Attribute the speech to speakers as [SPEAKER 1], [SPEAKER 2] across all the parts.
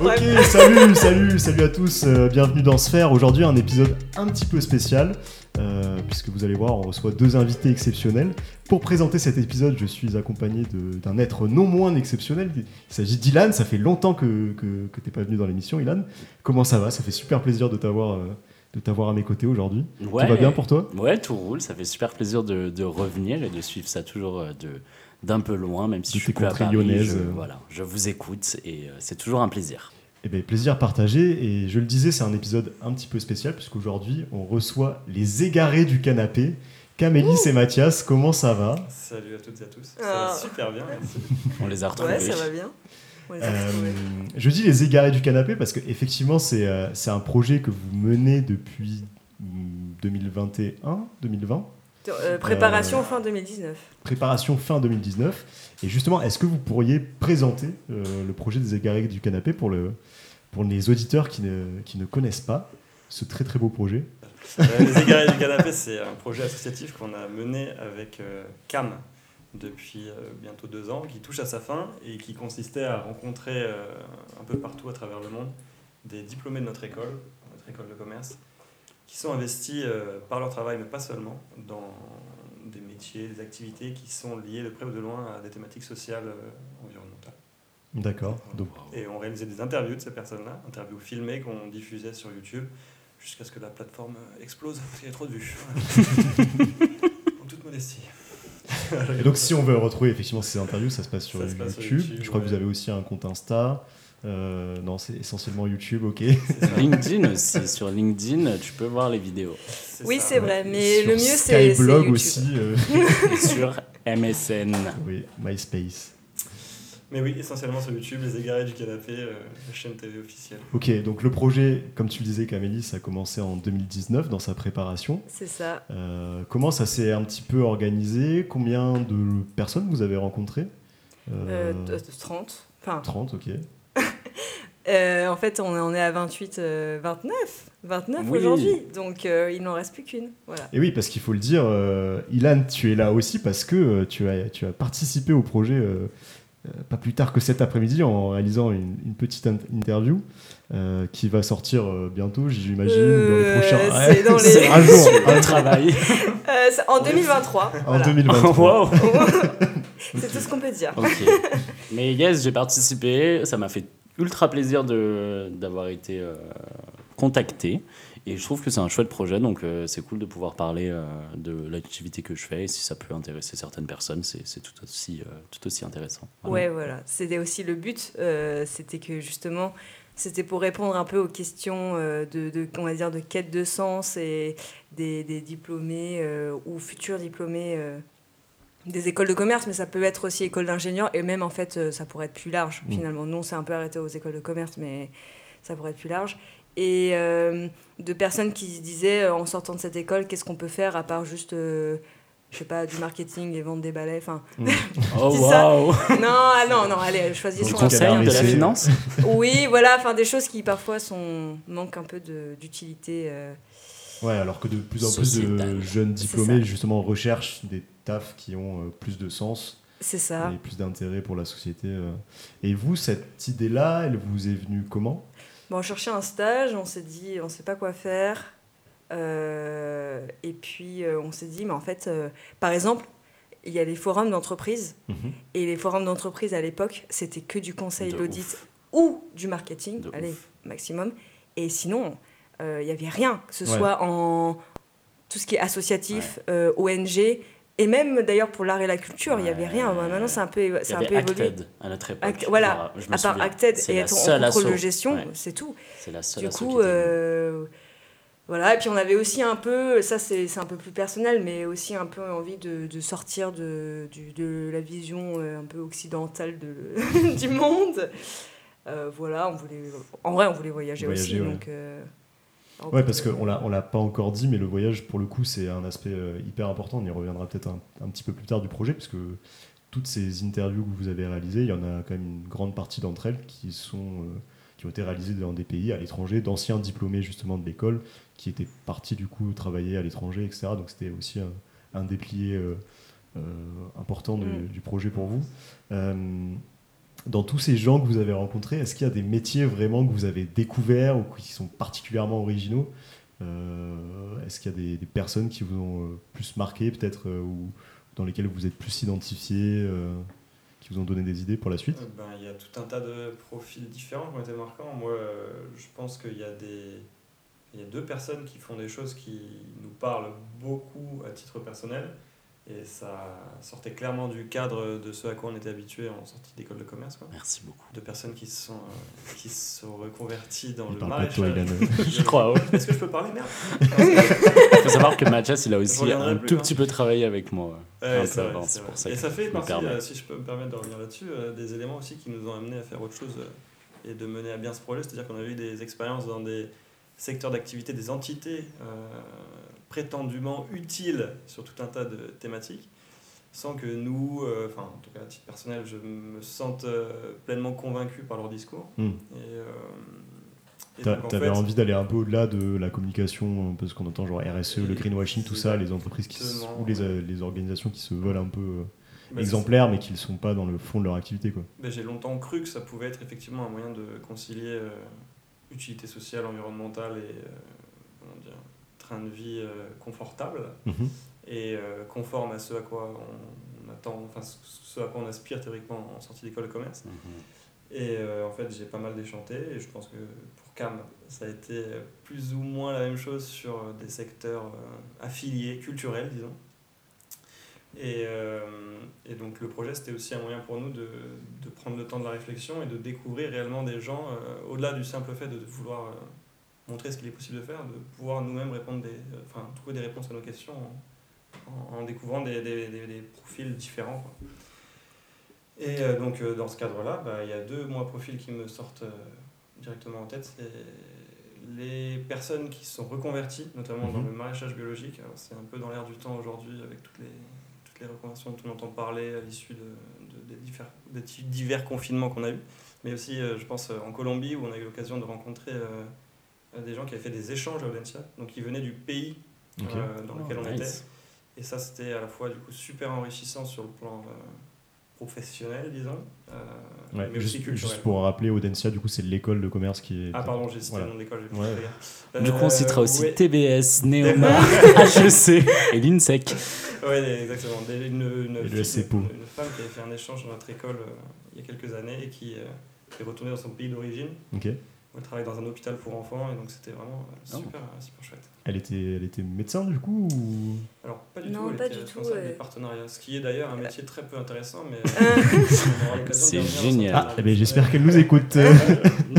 [SPEAKER 1] Ok, salut, salut, salut à tous, euh, bienvenue dans Sphère. Aujourd'hui, un épisode un petit peu spécial, euh, puisque vous allez voir, on reçoit deux invités exceptionnels. Pour présenter cet épisode, je suis accompagné de- d'un être non moins exceptionnel. Il s'agit d'Ilan, ça fait longtemps que, que, que t'es pas venu dans l'émission, Ilan. Comment ça va Ça fait super plaisir de t'avoir euh, de t'avoir à mes côtés aujourd'hui.
[SPEAKER 2] Ouais.
[SPEAKER 1] Tout va bien pour toi
[SPEAKER 2] Ouais, tout roule. Ça fait super plaisir de, de revenir et de suivre ça toujours euh, de d'un peu loin, même si
[SPEAKER 1] De
[SPEAKER 2] je suis
[SPEAKER 1] tes
[SPEAKER 2] plus à
[SPEAKER 1] contrées
[SPEAKER 2] Paris.
[SPEAKER 1] lyonnaises,
[SPEAKER 2] je-
[SPEAKER 1] euh.
[SPEAKER 2] voilà, je vous écoute et euh, c'est toujours un plaisir.
[SPEAKER 1] Eh bien, plaisir partagé. Et je le disais, c'est un épisode un petit peu spécial, puisqu'aujourd'hui, on reçoit les égarés du canapé. Camélis et Mathias, comment ça va
[SPEAKER 3] Salut à toutes et à tous.
[SPEAKER 4] Ah.
[SPEAKER 3] Ça va super bien. merci.
[SPEAKER 2] On les a retrouvés.
[SPEAKER 4] Ouais, ça va bien. On les a
[SPEAKER 1] Euh,
[SPEAKER 4] retrouvés.
[SPEAKER 1] Je dis les égarés du canapé parce que effectivement c'est euh, c'est un projet que vous menez depuis mm, 2021, 2020,
[SPEAKER 4] Euh, préparation fin 2019.
[SPEAKER 1] préparation fin 2019. Et justement, est-ce que vous pourriez présenter euh, le projet des égarés du canapé pour, le, pour les auditeurs qui ne, qui ne connaissent pas ce très très beau projet
[SPEAKER 3] Euh, Les égarés du canapé, c'est un projet associatif qu'on a mené avec euh, CAM depuis euh, bientôt deux ans, qui touche à sa fin et qui consistait à rencontrer euh, un peu partout à travers le monde des diplômés de notre école, notre école de commerce, qui sont investis euh, par leur travail, mais pas seulement, dans des métiers, des activités qui sont liées de près ou de loin à des thématiques sociales, euh, environnementales.
[SPEAKER 1] D'accord. Donc,
[SPEAKER 3] Et on réalisait des interviews de ces personnes-là, interviews filmées qu'on diffusait sur YouTube, jusqu'à ce que la plateforme euh, explose, parce qu'il y a trop de vues. Voilà. en toute modestie.
[SPEAKER 1] Et donc, si on veut retrouver effectivement ces interviews, ça se passe sur,
[SPEAKER 3] Ça se
[SPEAKER 1] YouTube.
[SPEAKER 3] passe sur YouTube,
[SPEAKER 1] Je crois que
[SPEAKER 3] ouais.
[SPEAKER 1] vous avez aussi un compte Insta. Euh, non, c'est essentiellement YouTube, ok.
[SPEAKER 3] C'est ça,
[SPEAKER 2] LinkedIn aussi. Sur LinkedIn, tu peux voir les vidéos.
[SPEAKER 4] Oui,
[SPEAKER 3] ça.
[SPEAKER 4] c'est vrai, mais
[SPEAKER 1] Sur
[SPEAKER 4] le mieux c'est. c'est
[SPEAKER 1] Skyblog
[SPEAKER 4] YouTube.
[SPEAKER 1] aussi, euh,
[SPEAKER 2] Et sur MSN.
[SPEAKER 1] oui, MySpace.
[SPEAKER 3] Mais oui, essentiellement sur YouTube, les égarés du canapé, euh, la chaîne TV officielle.
[SPEAKER 1] Ok, donc le projet, comme tu le disais, Camélie, ça a commencé en 2019 dans sa préparation.
[SPEAKER 4] C'est ça.
[SPEAKER 1] Euh, comment ça s'est un petit peu organisé Combien de personnes vous avez rencontrées
[SPEAKER 4] Euh,
[SPEAKER 1] Euh,
[SPEAKER 4] t- t- 30. Enfin,
[SPEAKER 1] 30, ok.
[SPEAKER 4] euh, en fait, on est- on est à 28, euh, 29. 29
[SPEAKER 2] Oui.
[SPEAKER 4] aujourd'hui. Donc, euh, il n'en reste plus qu'une. Voilà.
[SPEAKER 1] Et oui, parce qu'il faut le dire, euh, Ilan, tu es là aussi parce que euh, tu, as, tu as participé au projet euh, euh, pas plus tard que cet après-midi en réalisant une, une petite in- interview euh, qui va sortir euh, bientôt, j'imagine,
[SPEAKER 4] Euh,
[SPEAKER 1] dans les prochains.
[SPEAKER 4] c'est dans les-
[SPEAKER 1] c'est un jour, un
[SPEAKER 2] On
[SPEAKER 1] jour,
[SPEAKER 2] travaille.
[SPEAKER 4] Euh, c'est en 2023.
[SPEAKER 1] en
[SPEAKER 4] voilà.
[SPEAKER 1] 2023.
[SPEAKER 2] Wow.
[SPEAKER 4] c'est tout ce qu'on peut dire.
[SPEAKER 2] Ok. Mais yes, j'ai participé. Ça m'a fait ultra plaisir de- d'avoir été euh, contacté. Et je trouve que c'est un chouette projet, donc euh, c'est cool de pouvoir parler euh, de l'activité que je fais. Et si ça peut intéresser certaines personnes, c'est c'est tout, aussi, euh, tout aussi intéressant. Voilà.
[SPEAKER 4] Ouais, voilà. C'était aussi le but. euh, c'était que justement, c'était pour répondre un peu aux questions euh, de, de- on va dire, de quête de sens et des, des diplômés euh, ou futurs diplômés euh, des écoles de commerce, mais ça peut être aussi école d'ingénieur et même en fait, euh, ça pourrait être plus large
[SPEAKER 1] Mm.
[SPEAKER 4] finalement. Nous, on s'est un peu arrêté aux écoles de commerce, mais ça pourrait être plus large. Et euh, de personnes qui se disaient euh, en sortant de cette école, qu'est-ce qu'on peut faire à part juste, euh, je sais pas, du marketing et vendre des balais, enfin.
[SPEAKER 2] Oh
[SPEAKER 4] dis ça.
[SPEAKER 2] waouh
[SPEAKER 4] Non, ah non, non, allez, choisissez
[SPEAKER 2] Du
[SPEAKER 1] Donc,
[SPEAKER 4] un
[SPEAKER 1] conseil
[SPEAKER 2] conseil
[SPEAKER 4] terme.
[SPEAKER 2] de la
[SPEAKER 1] c'est-
[SPEAKER 2] finance
[SPEAKER 4] Oui, voilà, enfin des choses qui parfois sont manquent un peu de- d'utilité. euh.
[SPEAKER 1] Ouais, alors que de plus en plus de
[SPEAKER 2] Sociétal.
[SPEAKER 1] jeunes
[SPEAKER 4] C'est
[SPEAKER 1] diplômés,
[SPEAKER 4] ça.
[SPEAKER 1] justement, recherchent des tafs qui ont euh, plus de sens
[SPEAKER 4] C'est ça.
[SPEAKER 1] et plus d'intérêt pour la société. euh. Et vous, cette idée-là, elle vous est venue comment
[SPEAKER 4] Bon, on cherchait un stage, on s'est dit, on sait pas quoi faire. Euh, et puis euh, on s'est dit, mais en fait, euh, par exemple, il y a les forums d'entreprise. Et les forums d'entreprise à l'époque, c'était que du conseil,
[SPEAKER 2] De
[SPEAKER 4] d'audit
[SPEAKER 2] ouf.
[SPEAKER 4] ou du marketing.
[SPEAKER 2] De
[SPEAKER 4] allez,
[SPEAKER 2] ouf.
[SPEAKER 4] maximum. Et sinon, euh, il y n'y avait rien, que ce
[SPEAKER 1] Ouais.
[SPEAKER 4] soit en tout ce qui est associatif, euh, ONG, et même d'ailleurs pour l'art et la culture, il n'y avait
[SPEAKER 2] Ouais.
[SPEAKER 4] rien. Maintenant, c'est un peu, c'est
[SPEAKER 2] Il y
[SPEAKER 4] un
[SPEAKER 2] avait
[SPEAKER 4] peu évolué.
[SPEAKER 2] Acted à notre époque.
[SPEAKER 4] Act- voilà,
[SPEAKER 2] Alors, je me
[SPEAKER 4] à part
[SPEAKER 2] souviens.
[SPEAKER 4] Acted
[SPEAKER 2] C'est
[SPEAKER 4] et
[SPEAKER 2] la
[SPEAKER 4] être
[SPEAKER 2] seule
[SPEAKER 4] en contrôle
[SPEAKER 2] asso.
[SPEAKER 4] de gestion,
[SPEAKER 2] Ouais.
[SPEAKER 4] c'est tout.
[SPEAKER 2] C'est la seule
[SPEAKER 4] Du
[SPEAKER 2] asso qui
[SPEAKER 4] coup,
[SPEAKER 2] était venue.
[SPEAKER 4] euh, voilà. Et puis on avait aussi un peu, ça c'est c'est un peu plus personnel, mais aussi un peu envie de, de sortir de, du- de la vision euh, un peu occidentale de- du monde. Euh, voilà, on voulait, en vrai, on voulait voyager,
[SPEAKER 1] Voyager,
[SPEAKER 4] aussi.
[SPEAKER 1] ouais.
[SPEAKER 4] Donc, euh, on
[SPEAKER 1] Ouais,
[SPEAKER 4] peut-
[SPEAKER 1] parce qu'on l'a- on l'a pas encore dit, mais le voyage, pour le coup, c'est un aspect euh, hyper important. On y reviendra peut-être un, un petit peu plus tard du projet, parce que toutes ces interviews que vous avez réalisées, il y en a quand même une grande partie d'entre elles qui sont... euh, qui ont été réalisées dans des pays à l'étranger, d'anciens diplômés justement de l'école, qui étaient partis du coup travailler à l'étranger, etc. Donc c'était aussi un, un des piliers euh, euh, importants de-
[SPEAKER 4] Mm.
[SPEAKER 1] du projet pour vous. Euh, Dans tous ces gens que vous avez rencontrés, est-ce qu'il y a des métiers vraiment que vous avez découverts ou qui sont particulièrement originaux Euh, Est-ce qu'il y a des, des personnes qui vous ont euh, plus marqué, peut-être, euh, ou dans lesquelles vous êtes plus identifié, euh, qui vous ont donné des idées pour la suite
[SPEAKER 3] Euh, ben, Il y a tout un tas de profils différents qui ont été marquants. Moi, euh, je pense qu'il y a des... Il y a deux personnes qui font des choses qui nous parlent beaucoup à titre personnel. Et ça sortait clairement du cadre de ce à quoi on était habitué en sortie d'école de commerce. Quoi.
[SPEAKER 2] Merci beaucoup.
[SPEAKER 3] Deux personnes qui se sont, euh, qui se sont reconverties dans
[SPEAKER 1] Il
[SPEAKER 3] le
[SPEAKER 1] parle pas de toi,
[SPEAKER 3] maraîchage.
[SPEAKER 1] Ilan.
[SPEAKER 2] Je crois, ouais.
[SPEAKER 3] Est-ce que je peux parler, merde
[SPEAKER 2] Il faut savoir que Mathias, il a
[SPEAKER 3] Je
[SPEAKER 2] aussi
[SPEAKER 3] reviendrai
[SPEAKER 2] un
[SPEAKER 3] plus,
[SPEAKER 2] tout
[SPEAKER 3] hein.
[SPEAKER 2] petit peu travaillé avec moi.
[SPEAKER 3] Ouais,
[SPEAKER 2] Un peu
[SPEAKER 3] c'est vrai,
[SPEAKER 2] avant,
[SPEAKER 3] c'est
[SPEAKER 2] c'est
[SPEAKER 3] vrai.
[SPEAKER 2] pour ça
[SPEAKER 3] et
[SPEAKER 2] que
[SPEAKER 3] ça fait
[SPEAKER 2] me
[SPEAKER 3] partie,
[SPEAKER 2] permets.
[SPEAKER 3] euh, si je peux me permettre de revenir là-dessus, euh, des éléments aussi qui nous ont amenés à faire autre chose euh, et de mener à bien ce projet. C'est-à-dire qu'on a eu des expériences dans des secteurs d'activité, des entités euh, prétendument utiles sur tout un tas de thématiques, sans que nous, euh, enfin en tout cas à titre personnel, je me sente euh, pleinement convaincu par leur discours.
[SPEAKER 1] Hmm.
[SPEAKER 3] Et, euh, et
[SPEAKER 1] T'a-
[SPEAKER 3] donc, en
[SPEAKER 1] T'avais
[SPEAKER 3] fait,
[SPEAKER 1] envie d'aller un peu au-delà de la communication, euh, parce qu'on entend genre RSE, le
[SPEAKER 3] Et-
[SPEAKER 1] greenwashing, tout ça, les entreprises qui se-
[SPEAKER 3] Exactement,
[SPEAKER 1] ou les,
[SPEAKER 3] ouais.
[SPEAKER 1] euh, les organisations qui se veulent un peu euh,
[SPEAKER 3] bah,
[SPEAKER 1] exemplaires, mais qui ne sont pas dans le fond de leur activité. Quoi.
[SPEAKER 3] Ben, J'ai longtemps cru que ça pouvait être effectivement un moyen de concilier euh, utilité sociale, environnementale et euh, comment dire, train de vie euh, confortable
[SPEAKER 1] Mhm.
[SPEAKER 3] et euh, conforme à ce à quoi on, on attend, enfin ce- ce à quoi on aspire théoriquement en sortie d'école de commerce.
[SPEAKER 4] Mhm.
[SPEAKER 3] Et euh, en fait, j'ai pas mal déchanté et je pense que pour Cam, ça a été euh, plus ou moins la même chose sur euh, des secteurs euh, affiliés, culturels, disons. Et, euh, et donc le projet, c'était aussi un moyen pour nous de, de prendre le temps de la réflexion et de découvrir réellement des gens, euh, au-delà du simple fait de vouloir euh, montrer ce qu'il est possible de faire, de pouvoir nous-mêmes répondre des, euh, enfin, trouver des réponses à nos questions en, en- en découvrant des, des- des- des profils différents. quoi. Et euh, donc, euh, dans ce cadre-là, bah, il y a deux, moi, profils qui me sortent euh, directement en tête. C'est les personnes qui se sont reconverties, notamment dans
[SPEAKER 1] Mhm.
[SPEAKER 3] le maraîchage biologique. Alors, c'est un peu dans l'air du temps aujourd'hui, avec toutes les, toutes les reconversions dont on entend parler à l'issue de, de- des, diffère- des ti- divers confinements qu'on a eus. Mais aussi, euh, je pense, euh, en Colombie, où on a eu l'occasion de rencontrer euh, des gens qui avaient fait des échanges à Valencia. Donc, ils venaient du pays
[SPEAKER 1] Ok.
[SPEAKER 3] euh, dans lequel on était.
[SPEAKER 2] Oh, Nice.
[SPEAKER 3] Et ça, c'était à la fois du coup super enrichissant sur le plan euh, professionnel, disons, euh,
[SPEAKER 1] Ouais,
[SPEAKER 3] mais aussi
[SPEAKER 1] juste,
[SPEAKER 3] culturel.
[SPEAKER 1] juste pour rappeler, Audencia, du coup, c'est l'école de commerce qui est.
[SPEAKER 3] Ah, pardon, j'ai cité
[SPEAKER 1] Voilà.
[SPEAKER 3] le nom de l'école, j'ai
[SPEAKER 1] Ouais.
[SPEAKER 3] pas fait gaffe.
[SPEAKER 2] Du coup, on
[SPEAKER 3] Euh,
[SPEAKER 2] citera aussi
[SPEAKER 3] ouais.
[SPEAKER 2] TBS, Néoma, HEC E et l'INSEC.
[SPEAKER 3] Ouais, exactement. Des- Une, une,
[SPEAKER 1] Et le E
[SPEAKER 3] fille,
[SPEAKER 1] SCPO.
[SPEAKER 3] une- une femme qui avait fait un échange dans notre école euh, il y a quelques années et qui euh, est retournée dans son pays d'origine.
[SPEAKER 1] Ok.
[SPEAKER 3] où Elle travaille dans un hôpital pour enfants et donc c'était vraiment euh,
[SPEAKER 2] Oh.
[SPEAKER 3] super, euh, super chouette.
[SPEAKER 1] Elle était, elle était médecin, du coup ou-
[SPEAKER 3] Alors, pas du
[SPEAKER 4] Non,
[SPEAKER 3] tout, elle
[SPEAKER 4] pas
[SPEAKER 3] était
[SPEAKER 4] du tout,
[SPEAKER 3] responsable
[SPEAKER 4] ouais. Bah.
[SPEAKER 3] des partenariats, ce qui est d'ailleurs un métier très peu intéressant, mais
[SPEAKER 4] Euh,
[SPEAKER 3] on aura l'occasion
[SPEAKER 2] C'est
[SPEAKER 3] d'y revenir ensemble.
[SPEAKER 2] génial.
[SPEAKER 1] Ah, eh ben, j'espère qu'elle nous écoute. euh.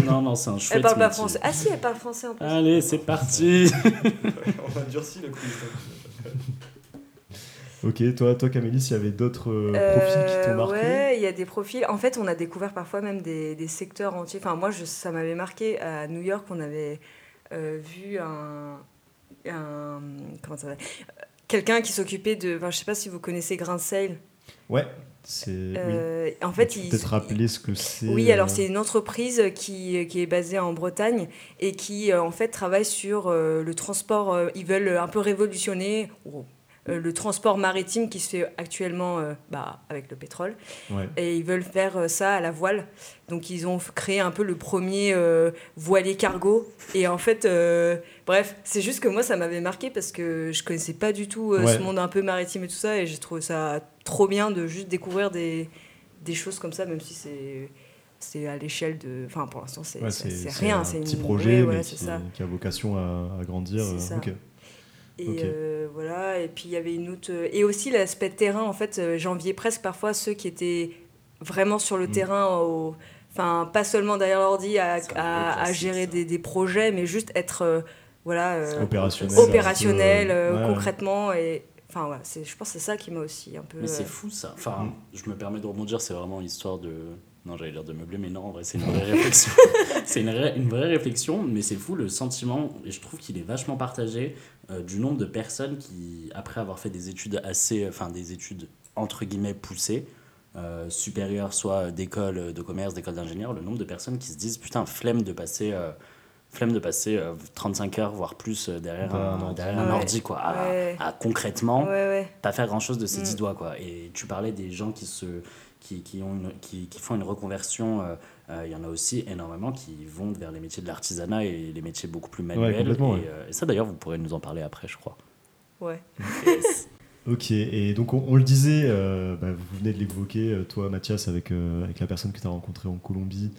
[SPEAKER 2] Non, non, c'est un chouette
[SPEAKER 4] elle parle pas
[SPEAKER 2] métier.
[SPEAKER 4] français. Ah si, elle parle français en plus.
[SPEAKER 2] Allez, c'est parti
[SPEAKER 3] On a durci le quiz.
[SPEAKER 1] ok, toi, toi Camélie, s'il y avait d'autres euh, profils qui
[SPEAKER 4] Euh,
[SPEAKER 1] t'ont marqué
[SPEAKER 4] ouais, il y a des profils. En fait, on a découvert parfois même des, des secteurs entiers. Enfin, moi, je- ça m'avait marqué. À New York, on avait euh, vu un. un- comment ça s'appelle Quelqu'un qui s'occupait de. Enfin, je sais pas si vous connaissez Grain Sale.
[SPEAKER 1] Ouais, c'est. oui.
[SPEAKER 4] Euh, En fait,
[SPEAKER 1] Tu peux
[SPEAKER 4] il.
[SPEAKER 1] Peut-être rappeler ce que c'est.
[SPEAKER 4] Oui, alors
[SPEAKER 1] euh,
[SPEAKER 4] c'est une entreprise qui, qui est basée en Bretagne et qui euh, en fait travaille sur euh, le transport. euh, Ils veulent un peu révolutionner euh, le transport maritime qui se fait actuellement euh, bah, avec le pétrole.
[SPEAKER 1] euh, Ouais.
[SPEAKER 4] Et ils veulent faire euh, ça à la voile. Donc ils ont f- créé un peu le premier euh, voilier cargo. Et en fait, euh, bref, c'est juste que moi ça m'avait marqué parce que je connaissais pas du tout euh,
[SPEAKER 1] Ouais.
[SPEAKER 4] ce monde un peu maritime et tout ça. Et j'ai trouvé ça trop bien de juste découvrir des, des choses comme ça, même si c'est c'est à l'échelle de. Enfin, pour l'instant, c'est
[SPEAKER 1] Ouais,
[SPEAKER 4] c'est- c'est
[SPEAKER 1] c'est
[SPEAKER 4] rien.
[SPEAKER 1] un
[SPEAKER 4] C'est
[SPEAKER 1] petit
[SPEAKER 4] une-
[SPEAKER 1] projet
[SPEAKER 4] ouais,
[SPEAKER 1] mais
[SPEAKER 4] voilà,
[SPEAKER 1] qui,
[SPEAKER 4] c'est ça.
[SPEAKER 1] qui a vocation à, à grandir.
[SPEAKER 4] C'est
[SPEAKER 1] euh,
[SPEAKER 4] ça.
[SPEAKER 1] ok.
[SPEAKER 4] Et
[SPEAKER 1] Ok.
[SPEAKER 4] euh, voilà, et puis il y avait une autre. Et aussi l'aspect terrain, en fait, euh, j'enviais presque parfois ceux qui étaient vraiment sur le
[SPEAKER 1] Mm.
[SPEAKER 4] terrain, euh, au... enfin, pas seulement derrière l'ordi à,
[SPEAKER 2] C'est
[SPEAKER 4] à-
[SPEAKER 2] un gros
[SPEAKER 4] à
[SPEAKER 2] classique,
[SPEAKER 4] gérer
[SPEAKER 2] ça.
[SPEAKER 4] des, des projets, mais juste être euh, voilà, euh,
[SPEAKER 2] C'est un
[SPEAKER 1] Opérationnel.
[SPEAKER 4] opérationnel
[SPEAKER 1] un peu,
[SPEAKER 4] euh,
[SPEAKER 1] ouais.
[SPEAKER 4] concrètement. Et enfin, voilà, c'est- je pense que c'est ça qui m'a aussi un peu.
[SPEAKER 2] Mais c'est
[SPEAKER 4] euh,
[SPEAKER 2] fou ça. Enfin,
[SPEAKER 1] Mm.
[SPEAKER 2] je me permets de rebondir, c'est vraiment histoire de. Non, j'avais l'air de meubler, mais non, en vrai, c'est une vraie réflexion. c'est une, vraie- une vraie réflexion, mais c'est fou le sentiment, et je trouve qu'il est vachement partagé, euh, du nombre de personnes qui, après avoir fait des études assez. Enfin, des études entre guillemets poussées, euh, supérieures, soit d'école de commerce, d'école d'ingénieur, le nombre de personnes qui se disent putain, flemme de passer. euh, flemme de passer euh, 35 heures, voire plus, euh, derrière,
[SPEAKER 1] Bah,
[SPEAKER 2] un,
[SPEAKER 1] un
[SPEAKER 2] derrière un
[SPEAKER 4] ordi.
[SPEAKER 2] ordi, quoi. Ah,
[SPEAKER 4] Ouais.
[SPEAKER 2] ah, concrètement,
[SPEAKER 4] ouais, ouais.
[SPEAKER 2] pas faire grand chose de ses
[SPEAKER 4] Mm.
[SPEAKER 2] dix doigts quoi et tu parlais des gens qui se qui, qui ont une, qui, qui font une reconversion. euh, euh, Il y en a aussi énormément qui vont vers les métiers de l'artisanat et les métiers beaucoup plus manuels. et,
[SPEAKER 1] complètement, ouais.
[SPEAKER 2] euh, et ça, d'ailleurs, vous pourrez nous en parler après, je crois.
[SPEAKER 4] Ouais.
[SPEAKER 2] Yes.
[SPEAKER 1] Ok, et donc on, on le disait, euh, bah, vous venez de l'évoquer, euh, toi Mathias avec, euh, avec la personne que tu as rencontrée en Colombie,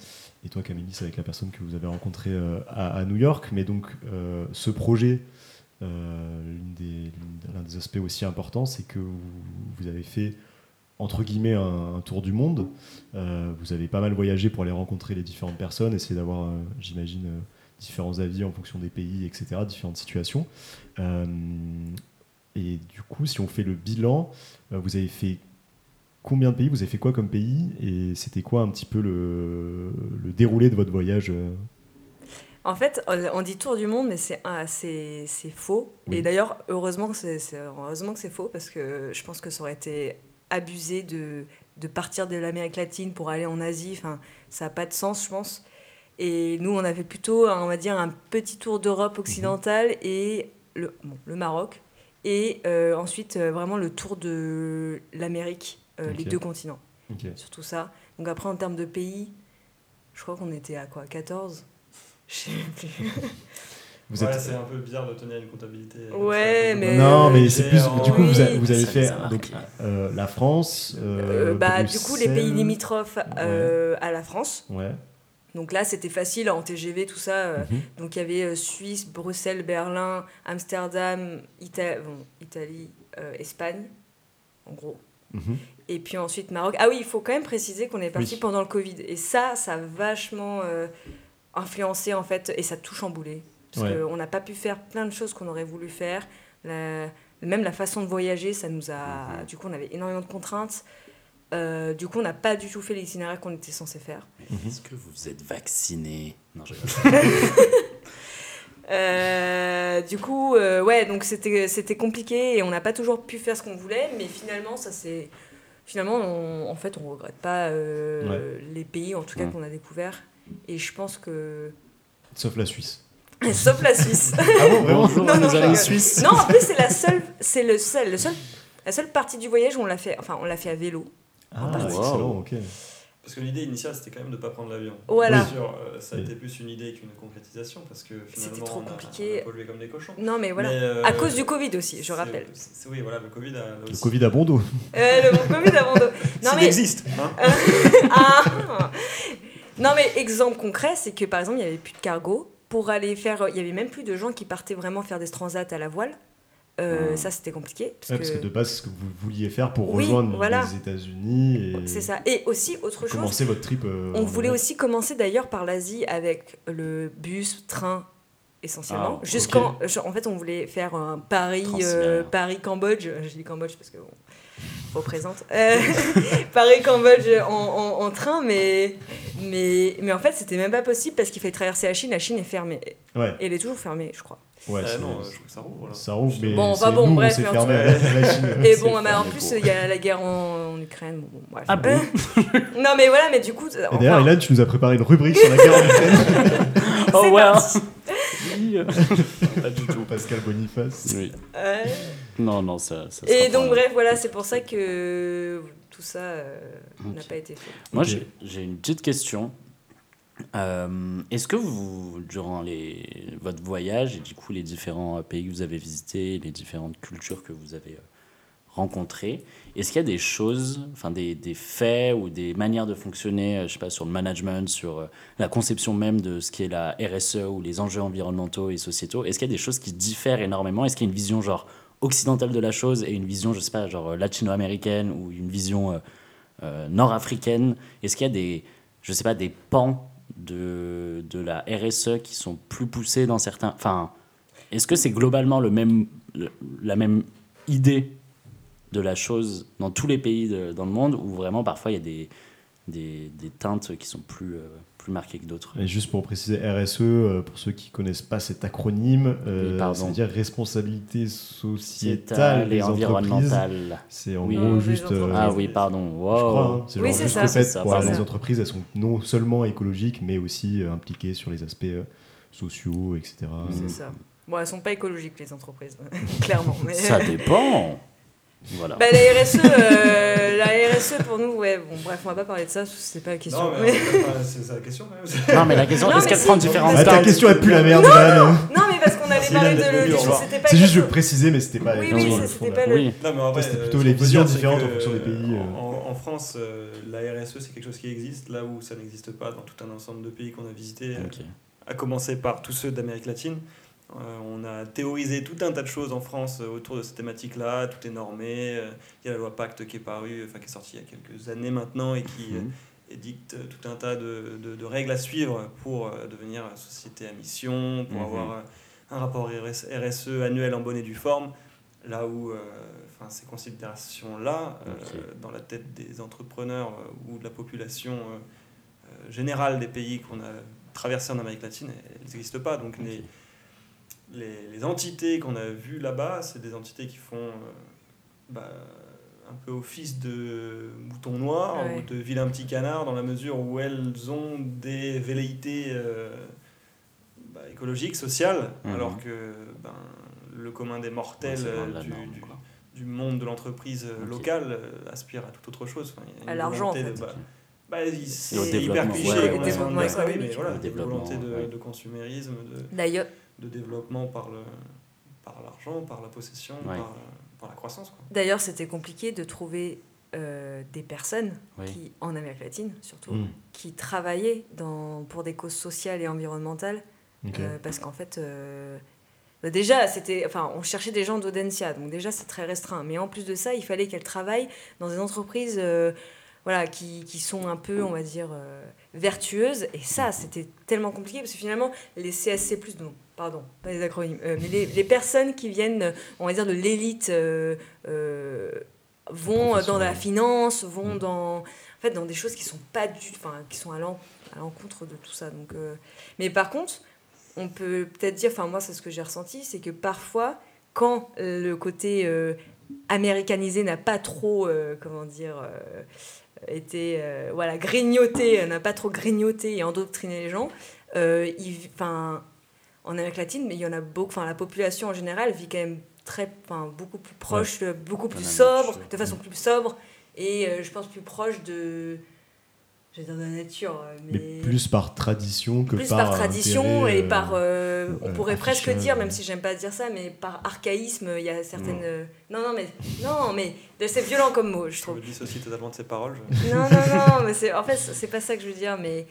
[SPEAKER 1] et toi Camélis avec la personne que vous avez rencontrée euh, à, à New York, mais donc euh, ce projet, euh, l'une des- l'une- l'un des aspects aussi importants, c'est que vous, vous avez fait entre guillemets un, un tour du monde, Euh, vous avez pas mal voyagé pour aller rencontrer les différentes personnes, essayer d'avoir, euh, j'imagine, euh, différents avis en fonction des pays, etc., différentes situations. Euh, et du coup, si on fait le bilan, euh, vous avez fait combien de pays Vous avez fait quoi comme pays Et c'était quoi un petit peu le, le déroulé de votre voyage euh
[SPEAKER 4] En fait, euh, on dit tour du monde, mais c'est ah, c'est c'est faux.
[SPEAKER 1] Oui.
[SPEAKER 4] Et d'ailleurs, heureusement que c'est c'est- heureusement que c'est faux parce que je pense que ça aurait été abusé de de partir de l'Amérique latine pour aller en Asie. Enfin, ça n'a pas de sens, je pense. Et nous, on avait plutôt, un- on va dire, un petit tour
[SPEAKER 1] Mhm.
[SPEAKER 4] d'Europe occidentale et le, bon, le Maroc. Et euh, ensuite, euh, vraiment le tour de l'Amérique, euh, les
[SPEAKER 1] Ok.
[SPEAKER 4] deux continents, surtout ça. Donc après, en termes de pays, je crois qu'on était à quoi 14 Je sais plus.
[SPEAKER 1] Vous
[SPEAKER 3] Ouais,
[SPEAKER 1] êtes-
[SPEAKER 3] c'est un peu bizarre de tenir une comptabilité.
[SPEAKER 4] Ouais, mais-
[SPEAKER 1] Non,
[SPEAKER 4] Euh,
[SPEAKER 1] mais c'est
[SPEAKER 3] j'ai
[SPEAKER 1] plus.
[SPEAKER 3] en-
[SPEAKER 1] Du coup, vous, a-
[SPEAKER 4] Oui.
[SPEAKER 1] vous avez
[SPEAKER 2] Ça,
[SPEAKER 1] fait
[SPEAKER 2] ça marque.
[SPEAKER 1] donc, euh, la France. euh,
[SPEAKER 4] Euh, bah, du
[SPEAKER 1] Bruxelles.
[SPEAKER 4] coup, les pays limitrophes euh, à la France.
[SPEAKER 1] Ouais.
[SPEAKER 4] Donc là, c'était facile en TGV, tout ça. euh,
[SPEAKER 1] mhm.
[SPEAKER 4] Donc il y avait euh, Suisse, Bruxelles, Berlin, Amsterdam, Ita- bon, Italie, euh, Espagne, en gros.
[SPEAKER 1] Mhm.
[SPEAKER 4] Et puis ensuite Maroc. Ah oui, il faut quand même préciser qu'on est parti
[SPEAKER 1] Oui.
[SPEAKER 4] pendant le Covid. Et ça, ça a vachement euh, influencé en fait, et ça a tout chamboulé. Parce
[SPEAKER 1] Ouais.
[SPEAKER 4] qu'on n'a pas pu faire plein de choses qu'on aurait voulu faire. La- même la façon de voyager, ça nous
[SPEAKER 1] Mhm.
[SPEAKER 4] a. Du coup, on avait énormément de contraintes. Euh, du coup, on n'a pas du tout fait l'itinéraire qu'on était censé faire.
[SPEAKER 1] Mhm.
[SPEAKER 2] Est-ce que vous êtes vacciné Non, je
[SPEAKER 4] Euh, du coup, euh, ouais, donc c'était c'était compliqué et on n'a pas toujours pu faire ce qu'on voulait, mais finalement, ça c'est finalement, on- en fait, on regrette pas euh, les pays, en tout cas
[SPEAKER 2] Ouais.
[SPEAKER 4] qu'on a découvert. Et je pense que
[SPEAKER 1] Sauf la Suisse.
[SPEAKER 4] sauf la Suisse.
[SPEAKER 1] Ah bon, vraiment
[SPEAKER 2] Bonjour,
[SPEAKER 4] Non, non,
[SPEAKER 2] nos
[SPEAKER 4] je
[SPEAKER 2] amis
[SPEAKER 4] rigole.
[SPEAKER 2] suisses.
[SPEAKER 4] non, en plus c'est la seule, c'est le seul, le seul, la seule partie du voyage où on l'a fait, enfin on l'a fait à vélo.
[SPEAKER 1] Ah,
[SPEAKER 2] partie.
[SPEAKER 1] excellent,
[SPEAKER 2] Wow.
[SPEAKER 1] ok.
[SPEAKER 3] Parce que l'idée initiale, c'était quand même de ne pas prendre l'avion.
[SPEAKER 4] Voilà.
[SPEAKER 3] Bien sûr, euh, ça a
[SPEAKER 1] Oui.
[SPEAKER 3] été plus une idée qu'une concrétisation parce que finalement,
[SPEAKER 4] C'était trop
[SPEAKER 3] on a-
[SPEAKER 4] compliqué.
[SPEAKER 3] on a pollué comme des cochons.
[SPEAKER 4] Non, mais voilà.
[SPEAKER 3] Mais, euh,
[SPEAKER 4] À cause du Covid aussi, je
[SPEAKER 3] c'est-
[SPEAKER 4] rappelle.
[SPEAKER 3] c'est- Oui, voilà, le Covid a.
[SPEAKER 1] Le Covid à bon dos.
[SPEAKER 4] Euh, le bon Covid avant de. Non mais
[SPEAKER 3] existe hein
[SPEAKER 4] Ah non mais exemple concret, c'est que par exemple il n'y avait plus de cargo pour aller faire, il y avait même plus de gens qui partaient vraiment faire des transats à la voile. Euh,
[SPEAKER 2] Ah.
[SPEAKER 4] Ça c'était compliqué parce
[SPEAKER 1] Ouais,
[SPEAKER 4] que
[SPEAKER 1] parce que de base, c'est ce que vous vouliez faire pour
[SPEAKER 4] Oui,
[SPEAKER 1] rejoindre
[SPEAKER 4] voilà.
[SPEAKER 1] les États-Unis et
[SPEAKER 4] c'est ça. Et aussi autre chose,
[SPEAKER 1] commencer votre trip. euh,
[SPEAKER 4] on
[SPEAKER 1] en
[SPEAKER 4] voulait
[SPEAKER 1] Europe.
[SPEAKER 4] aussi commencer d'ailleurs par l'Asie avec le bus, train essentiellement.
[SPEAKER 2] Ah,
[SPEAKER 4] Jusqu'en, je- en fait on voulait faire un Paris, euh,
[SPEAKER 2] Transsibérien.
[SPEAKER 4] Paris Cambodge. Je dis Cambodge parce que bon, représente. Euh, Paris Cambodge en, en- en train, mais mais mais en fait c'était même pas possible parce qu'il fallait traverser la Chine. La Chine est fermée.
[SPEAKER 1] Ouais,
[SPEAKER 4] Et elle est toujours fermée, je crois.
[SPEAKER 1] ouais.
[SPEAKER 2] Euh,
[SPEAKER 3] Ah
[SPEAKER 1] c'est-
[SPEAKER 3] non, je trouve que ça roule. là.
[SPEAKER 1] Ça roule, mais
[SPEAKER 4] Bon,
[SPEAKER 1] c'est
[SPEAKER 4] bah bon,
[SPEAKER 1] nous,
[SPEAKER 4] bref,
[SPEAKER 1] on s'est
[SPEAKER 4] mais en
[SPEAKER 1] fermé
[SPEAKER 3] tout
[SPEAKER 1] à la la Chine.
[SPEAKER 4] Et
[SPEAKER 2] C'est
[SPEAKER 4] bon, mais en
[SPEAKER 2] fermé
[SPEAKER 4] plus,
[SPEAKER 2] pour-
[SPEAKER 4] il y a la guerre en, en Ukraine. Bon, bon, bref.
[SPEAKER 2] Ah bon
[SPEAKER 4] non, mais voilà, mais du coup.
[SPEAKER 1] Et d'ailleurs,
[SPEAKER 4] enfin,
[SPEAKER 1] Hélène, tu nous as préparé une rubrique sur la guerre en Ukraine.
[SPEAKER 2] Oh,
[SPEAKER 4] C'est
[SPEAKER 2] ouais.
[SPEAKER 4] parti.
[SPEAKER 2] Oui. Pas du tout.
[SPEAKER 1] Pascal Boniface.
[SPEAKER 2] Oui.
[SPEAKER 4] euh,
[SPEAKER 2] Non, non, ça. ça
[SPEAKER 4] et
[SPEAKER 2] sera
[SPEAKER 4] donc,
[SPEAKER 2] pas-
[SPEAKER 4] bref, voilà, c'est pour ça que tout ça euh, n'a
[SPEAKER 2] Ok.
[SPEAKER 4] pas été fait.
[SPEAKER 2] Moi,
[SPEAKER 1] Ok.
[SPEAKER 2] j'ai- j'ai une petite question. Euh, Est-ce que vous, durant les, votre voyage et du coup les différents euh, pays que vous avez visités, les différentes cultures que vous avez euh, rencontrées, est-ce qu'il y a des choses, enfin des, des faits ou des manières de fonctionner, euh, je sais pas, sur le management, sur euh, la conception même de ce qui est la RSE ou les enjeux environnementaux et sociétaux, est-ce qu'il y a des choses qui diffèrent énormément Est-ce qu'il y a une vision genre occidentale de la chose et une vision, je sais pas, genre euh, latino-américaine ou une vision euh, euh, nord-africaine Est-ce qu'il y a des, je sais pas, des pans de, de la RSE qui sont plus poussés dans certains... Enfin, est-ce que c'est globalement le même, le- la même idée de la chose dans tous les pays de- dans le monde ou vraiment parfois il y a des, des, des teintes qui sont plus, euh, plus marquées que d'autres
[SPEAKER 1] Et juste pour préciser, RSE, euh, pour ceux qui connaissent pas cet acronyme, euh,
[SPEAKER 2] Oui, pardon.
[SPEAKER 1] c'est-à-dire responsabilité sociétale
[SPEAKER 2] Sociétale
[SPEAKER 1] des
[SPEAKER 2] et
[SPEAKER 1] entreprises.
[SPEAKER 2] environnementale.
[SPEAKER 1] C'est en
[SPEAKER 2] Oui.
[SPEAKER 1] gros
[SPEAKER 4] Des
[SPEAKER 1] juste.
[SPEAKER 4] entreprises.
[SPEAKER 1] euh,
[SPEAKER 2] Ah oui, pardon. Wow.
[SPEAKER 1] Je crois, hein. c'est
[SPEAKER 4] Oui,
[SPEAKER 1] genre
[SPEAKER 4] c'est
[SPEAKER 1] juste
[SPEAKER 4] ça.
[SPEAKER 1] le fait,
[SPEAKER 2] C'est ça,
[SPEAKER 1] voilà,
[SPEAKER 4] pardon.
[SPEAKER 1] les entreprises, elles sont non seulement écologiques, mais aussi euh, impliquées sur les aspects euh, sociaux, etc.
[SPEAKER 4] C'est
[SPEAKER 2] Mm.
[SPEAKER 1] hein.
[SPEAKER 4] ça. Bon, elles sont pas écologiques, les entreprises, clairement. Mais...
[SPEAKER 2] Ça dépend. Voilà.
[SPEAKER 4] Bah, la RSE, euh, la RSE pour nous, ouais, bon, bref, on va pas parler de ça, c'est pas la question.
[SPEAKER 3] Non, mais
[SPEAKER 4] mais-
[SPEAKER 3] euh, c'est c'est la question quand même.
[SPEAKER 2] non, mais la question,
[SPEAKER 4] Non,
[SPEAKER 2] est-ce
[SPEAKER 4] mais
[SPEAKER 2] qu'elle
[SPEAKER 4] si.
[SPEAKER 2] prend différentes
[SPEAKER 1] Bah, ta
[SPEAKER 2] tailles
[SPEAKER 1] question est plus la merde, Van.
[SPEAKER 4] Non, mais parce qu'on allait
[SPEAKER 3] Merci,
[SPEAKER 4] parler de.
[SPEAKER 3] Hélène, d'être venue, au
[SPEAKER 4] le-
[SPEAKER 3] revoir.
[SPEAKER 4] C'était pas.
[SPEAKER 1] C'est juste, je précisais, mais c'était pas.
[SPEAKER 4] Oui,
[SPEAKER 2] oui,
[SPEAKER 1] euh,
[SPEAKER 2] c'est-
[SPEAKER 4] c'était
[SPEAKER 1] fond,
[SPEAKER 4] pas
[SPEAKER 1] là.
[SPEAKER 4] le-
[SPEAKER 2] Oui.
[SPEAKER 3] Non, mais en
[SPEAKER 1] Toi,
[SPEAKER 3] vrai,
[SPEAKER 1] c'était
[SPEAKER 3] euh,
[SPEAKER 1] plutôt
[SPEAKER 3] ce
[SPEAKER 1] les
[SPEAKER 3] qu'on peut
[SPEAKER 1] visions
[SPEAKER 3] dire, c'est
[SPEAKER 1] différentes
[SPEAKER 3] que,
[SPEAKER 1] en fonction des pays,
[SPEAKER 3] euh,
[SPEAKER 1] euh.
[SPEAKER 3] En, en France, euh, la RSE, c'est quelque chose qui existe là où ça n'existe pas dans tout un ensemble de pays qu'on a visités, euh,
[SPEAKER 2] Ok.
[SPEAKER 3] à commencer par tous ceux d'Amérique latine. Euh, on a théorisé tout un tas de choses en France euh, autour de cette thématique-là, tout est normé. euh, Il y a la loi Pacte qui est parue, euh, enfin qui est sortie il y a quelques années maintenant et qui euh,
[SPEAKER 2] Mhm.
[SPEAKER 3] édicte euh, tout un tas de, de- de règles à suivre pour euh, devenir société à mission, pour
[SPEAKER 2] Mhm.
[SPEAKER 3] avoir euh, un rapport RS RSE E annuel en bonne et due forme. Là où euh, enfin, ces considérations-là, euh,
[SPEAKER 2] Ok.
[SPEAKER 3] dans la tête des entrepreneurs euh, ou de la population euh, euh, générale des pays qu'on a traversés en Amérique latine, elles n'existent pas. Donc les,
[SPEAKER 2] Ok.
[SPEAKER 3] les, les entités qu'on a vues là-bas, c'est des entités qui font euh, bah, un peu office de mouton noir
[SPEAKER 4] Ouais.
[SPEAKER 3] ou de vilain petit canard dans la mesure où elles ont des velléités euh, bah, écologiques, sociales,
[SPEAKER 2] Mhm.
[SPEAKER 3] alors que ben, le commun des
[SPEAKER 2] Ouais,
[SPEAKER 3] mortels
[SPEAKER 2] c'est loin de
[SPEAKER 3] euh,
[SPEAKER 2] la
[SPEAKER 3] du,
[SPEAKER 2] norme,
[SPEAKER 3] du-
[SPEAKER 2] quoi.
[SPEAKER 3] du monde de l'entreprise euh,
[SPEAKER 2] Ok.
[SPEAKER 3] locale euh, aspire à tout autre chose. Enfin, il y a
[SPEAKER 4] À
[SPEAKER 3] une
[SPEAKER 4] l'argent, en
[SPEAKER 3] volonté
[SPEAKER 4] fait.
[SPEAKER 3] de- bah, bah, il- c'est
[SPEAKER 4] au
[SPEAKER 3] hyper
[SPEAKER 2] développement,
[SPEAKER 3] cliché.
[SPEAKER 2] ouais,
[SPEAKER 3] on
[SPEAKER 2] ouais,
[SPEAKER 3] est sur
[SPEAKER 2] ouais.
[SPEAKER 3] un débat, oui, mais
[SPEAKER 4] économique.
[SPEAKER 3] voilà,
[SPEAKER 2] Au
[SPEAKER 3] il y a une volonté de,
[SPEAKER 2] développement, ouais.
[SPEAKER 3] de consumérisme, de,
[SPEAKER 4] D'ailleurs,
[SPEAKER 3] de développement par le par l'argent, par la possession,
[SPEAKER 2] Ouais.
[SPEAKER 3] par, euh, par la croissance. Quoi.
[SPEAKER 4] d'ailleurs, c'était compliqué de trouver euh, des personnes
[SPEAKER 2] Oui.
[SPEAKER 4] qui, en Amérique latine surtout,
[SPEAKER 2] Mm.
[SPEAKER 1] Hmm,
[SPEAKER 4] qui travaillaient dans, pour des causes sociales et environnementales.
[SPEAKER 1] ok.
[SPEAKER 4] euh, parce qu'en fait, euh, bah, déjà, c'était, enfin, on cherchait des gens d'Audencia, donc déjà c'est très restreint. Mais en plus de ça, il fallait qu'elles travaillent dans des entreprises, euh, voilà, qui, qui sont un peu, on va dire, euh, vertueuses. Et ça, c'était tellement compliqué parce que finalement, les CSC+, non, pardon, pas les acronymes, euh, mais les, les personnes qui viennent, euh, on va dire, de l'élite. euh, euh, vont euh, dans la finance, vont
[SPEAKER 1] Mm.
[SPEAKER 4] dans, en fait, dans des choses qui sont pas du, enfin, qui sont à l'en- à l'encontre de tout ça. Donc, euh, mais par contre, on peut peut-être dire, enfin moi c'est ce que j'ai ressenti, c'est que parfois quand le côté euh, américanisé n'a pas trop, euh, comment dire, euh, été, euh, voilà, grignoté, euh, n'a pas trop grignoté et endoctriné les gens, euh, ils- enfin en Amérique latine, mais il y en a beaucoup, enfin la population en général vit quand même très, enfin beaucoup plus proche, euh, beaucoup plus
[SPEAKER 2] Amérique,
[SPEAKER 4] sobre,
[SPEAKER 2] ouais.
[SPEAKER 4] de
[SPEAKER 1] Mm.
[SPEAKER 4] façon plus sobre et euh, je pense plus proche de, je vais dire de la nature, euh,
[SPEAKER 1] Mais plus par tradition que
[SPEAKER 4] plus
[SPEAKER 1] par.
[SPEAKER 4] par, tradition
[SPEAKER 1] intérêt,
[SPEAKER 4] et
[SPEAKER 1] euh,
[SPEAKER 4] par euh, on
[SPEAKER 1] euh,
[SPEAKER 4] pourrait presque
[SPEAKER 1] affichage,
[SPEAKER 4] dire même
[SPEAKER 1] ouais.
[SPEAKER 4] si j'aime pas dire ça mais par archaïsme il y a certaines euh, non non mais non mais c'est violent comme mot je
[SPEAKER 3] Je me
[SPEAKER 4] trouve
[SPEAKER 3] dissocie totalement de ces paroles. je-
[SPEAKER 4] non non non mais c'est en fait c'est pas ça que je veux dire mais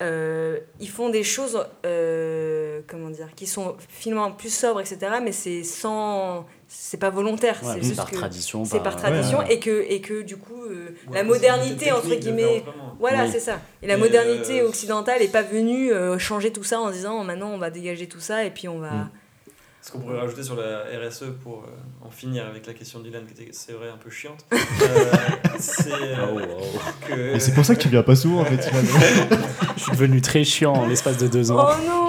[SPEAKER 4] euh, ils font des choses euh, comment dire qui sont finalement plus sobres etc mais c'est sans c'est pas volontaire
[SPEAKER 2] Ouais,
[SPEAKER 4] c'est
[SPEAKER 2] oui,
[SPEAKER 4] juste
[SPEAKER 2] par
[SPEAKER 4] que
[SPEAKER 2] tradition.
[SPEAKER 4] c'est par tradition
[SPEAKER 1] ouais,
[SPEAKER 4] et que et que du coup euh,
[SPEAKER 3] Ouais,
[SPEAKER 4] la
[SPEAKER 3] c'est
[SPEAKER 4] modernité
[SPEAKER 3] une
[SPEAKER 4] entre
[SPEAKER 3] technique de
[SPEAKER 4] guillemets
[SPEAKER 3] faire autrement.
[SPEAKER 4] voilà,
[SPEAKER 2] Oui.
[SPEAKER 4] c'est ça. Et la
[SPEAKER 3] Et,
[SPEAKER 4] modernité
[SPEAKER 3] euh,
[SPEAKER 4] occidentale n'est pas venue euh, changer tout ça en disant maintenant on va dégager tout ça et puis on va.
[SPEAKER 1] Mm.
[SPEAKER 3] Ce qu'on pourrait rajouter sur la RSE pour euh, en finir avec la question d'Ilan, qui était, c'est vrai, un peu chiante, euh, c'est
[SPEAKER 2] Ah,
[SPEAKER 3] euh,
[SPEAKER 2] oh,
[SPEAKER 3] que.
[SPEAKER 1] Et c'est pour ça que tu viens pas souvent en fait. finalement.
[SPEAKER 2] Je suis devenu très chiant en l'espace de deux ans.
[SPEAKER 4] Oh non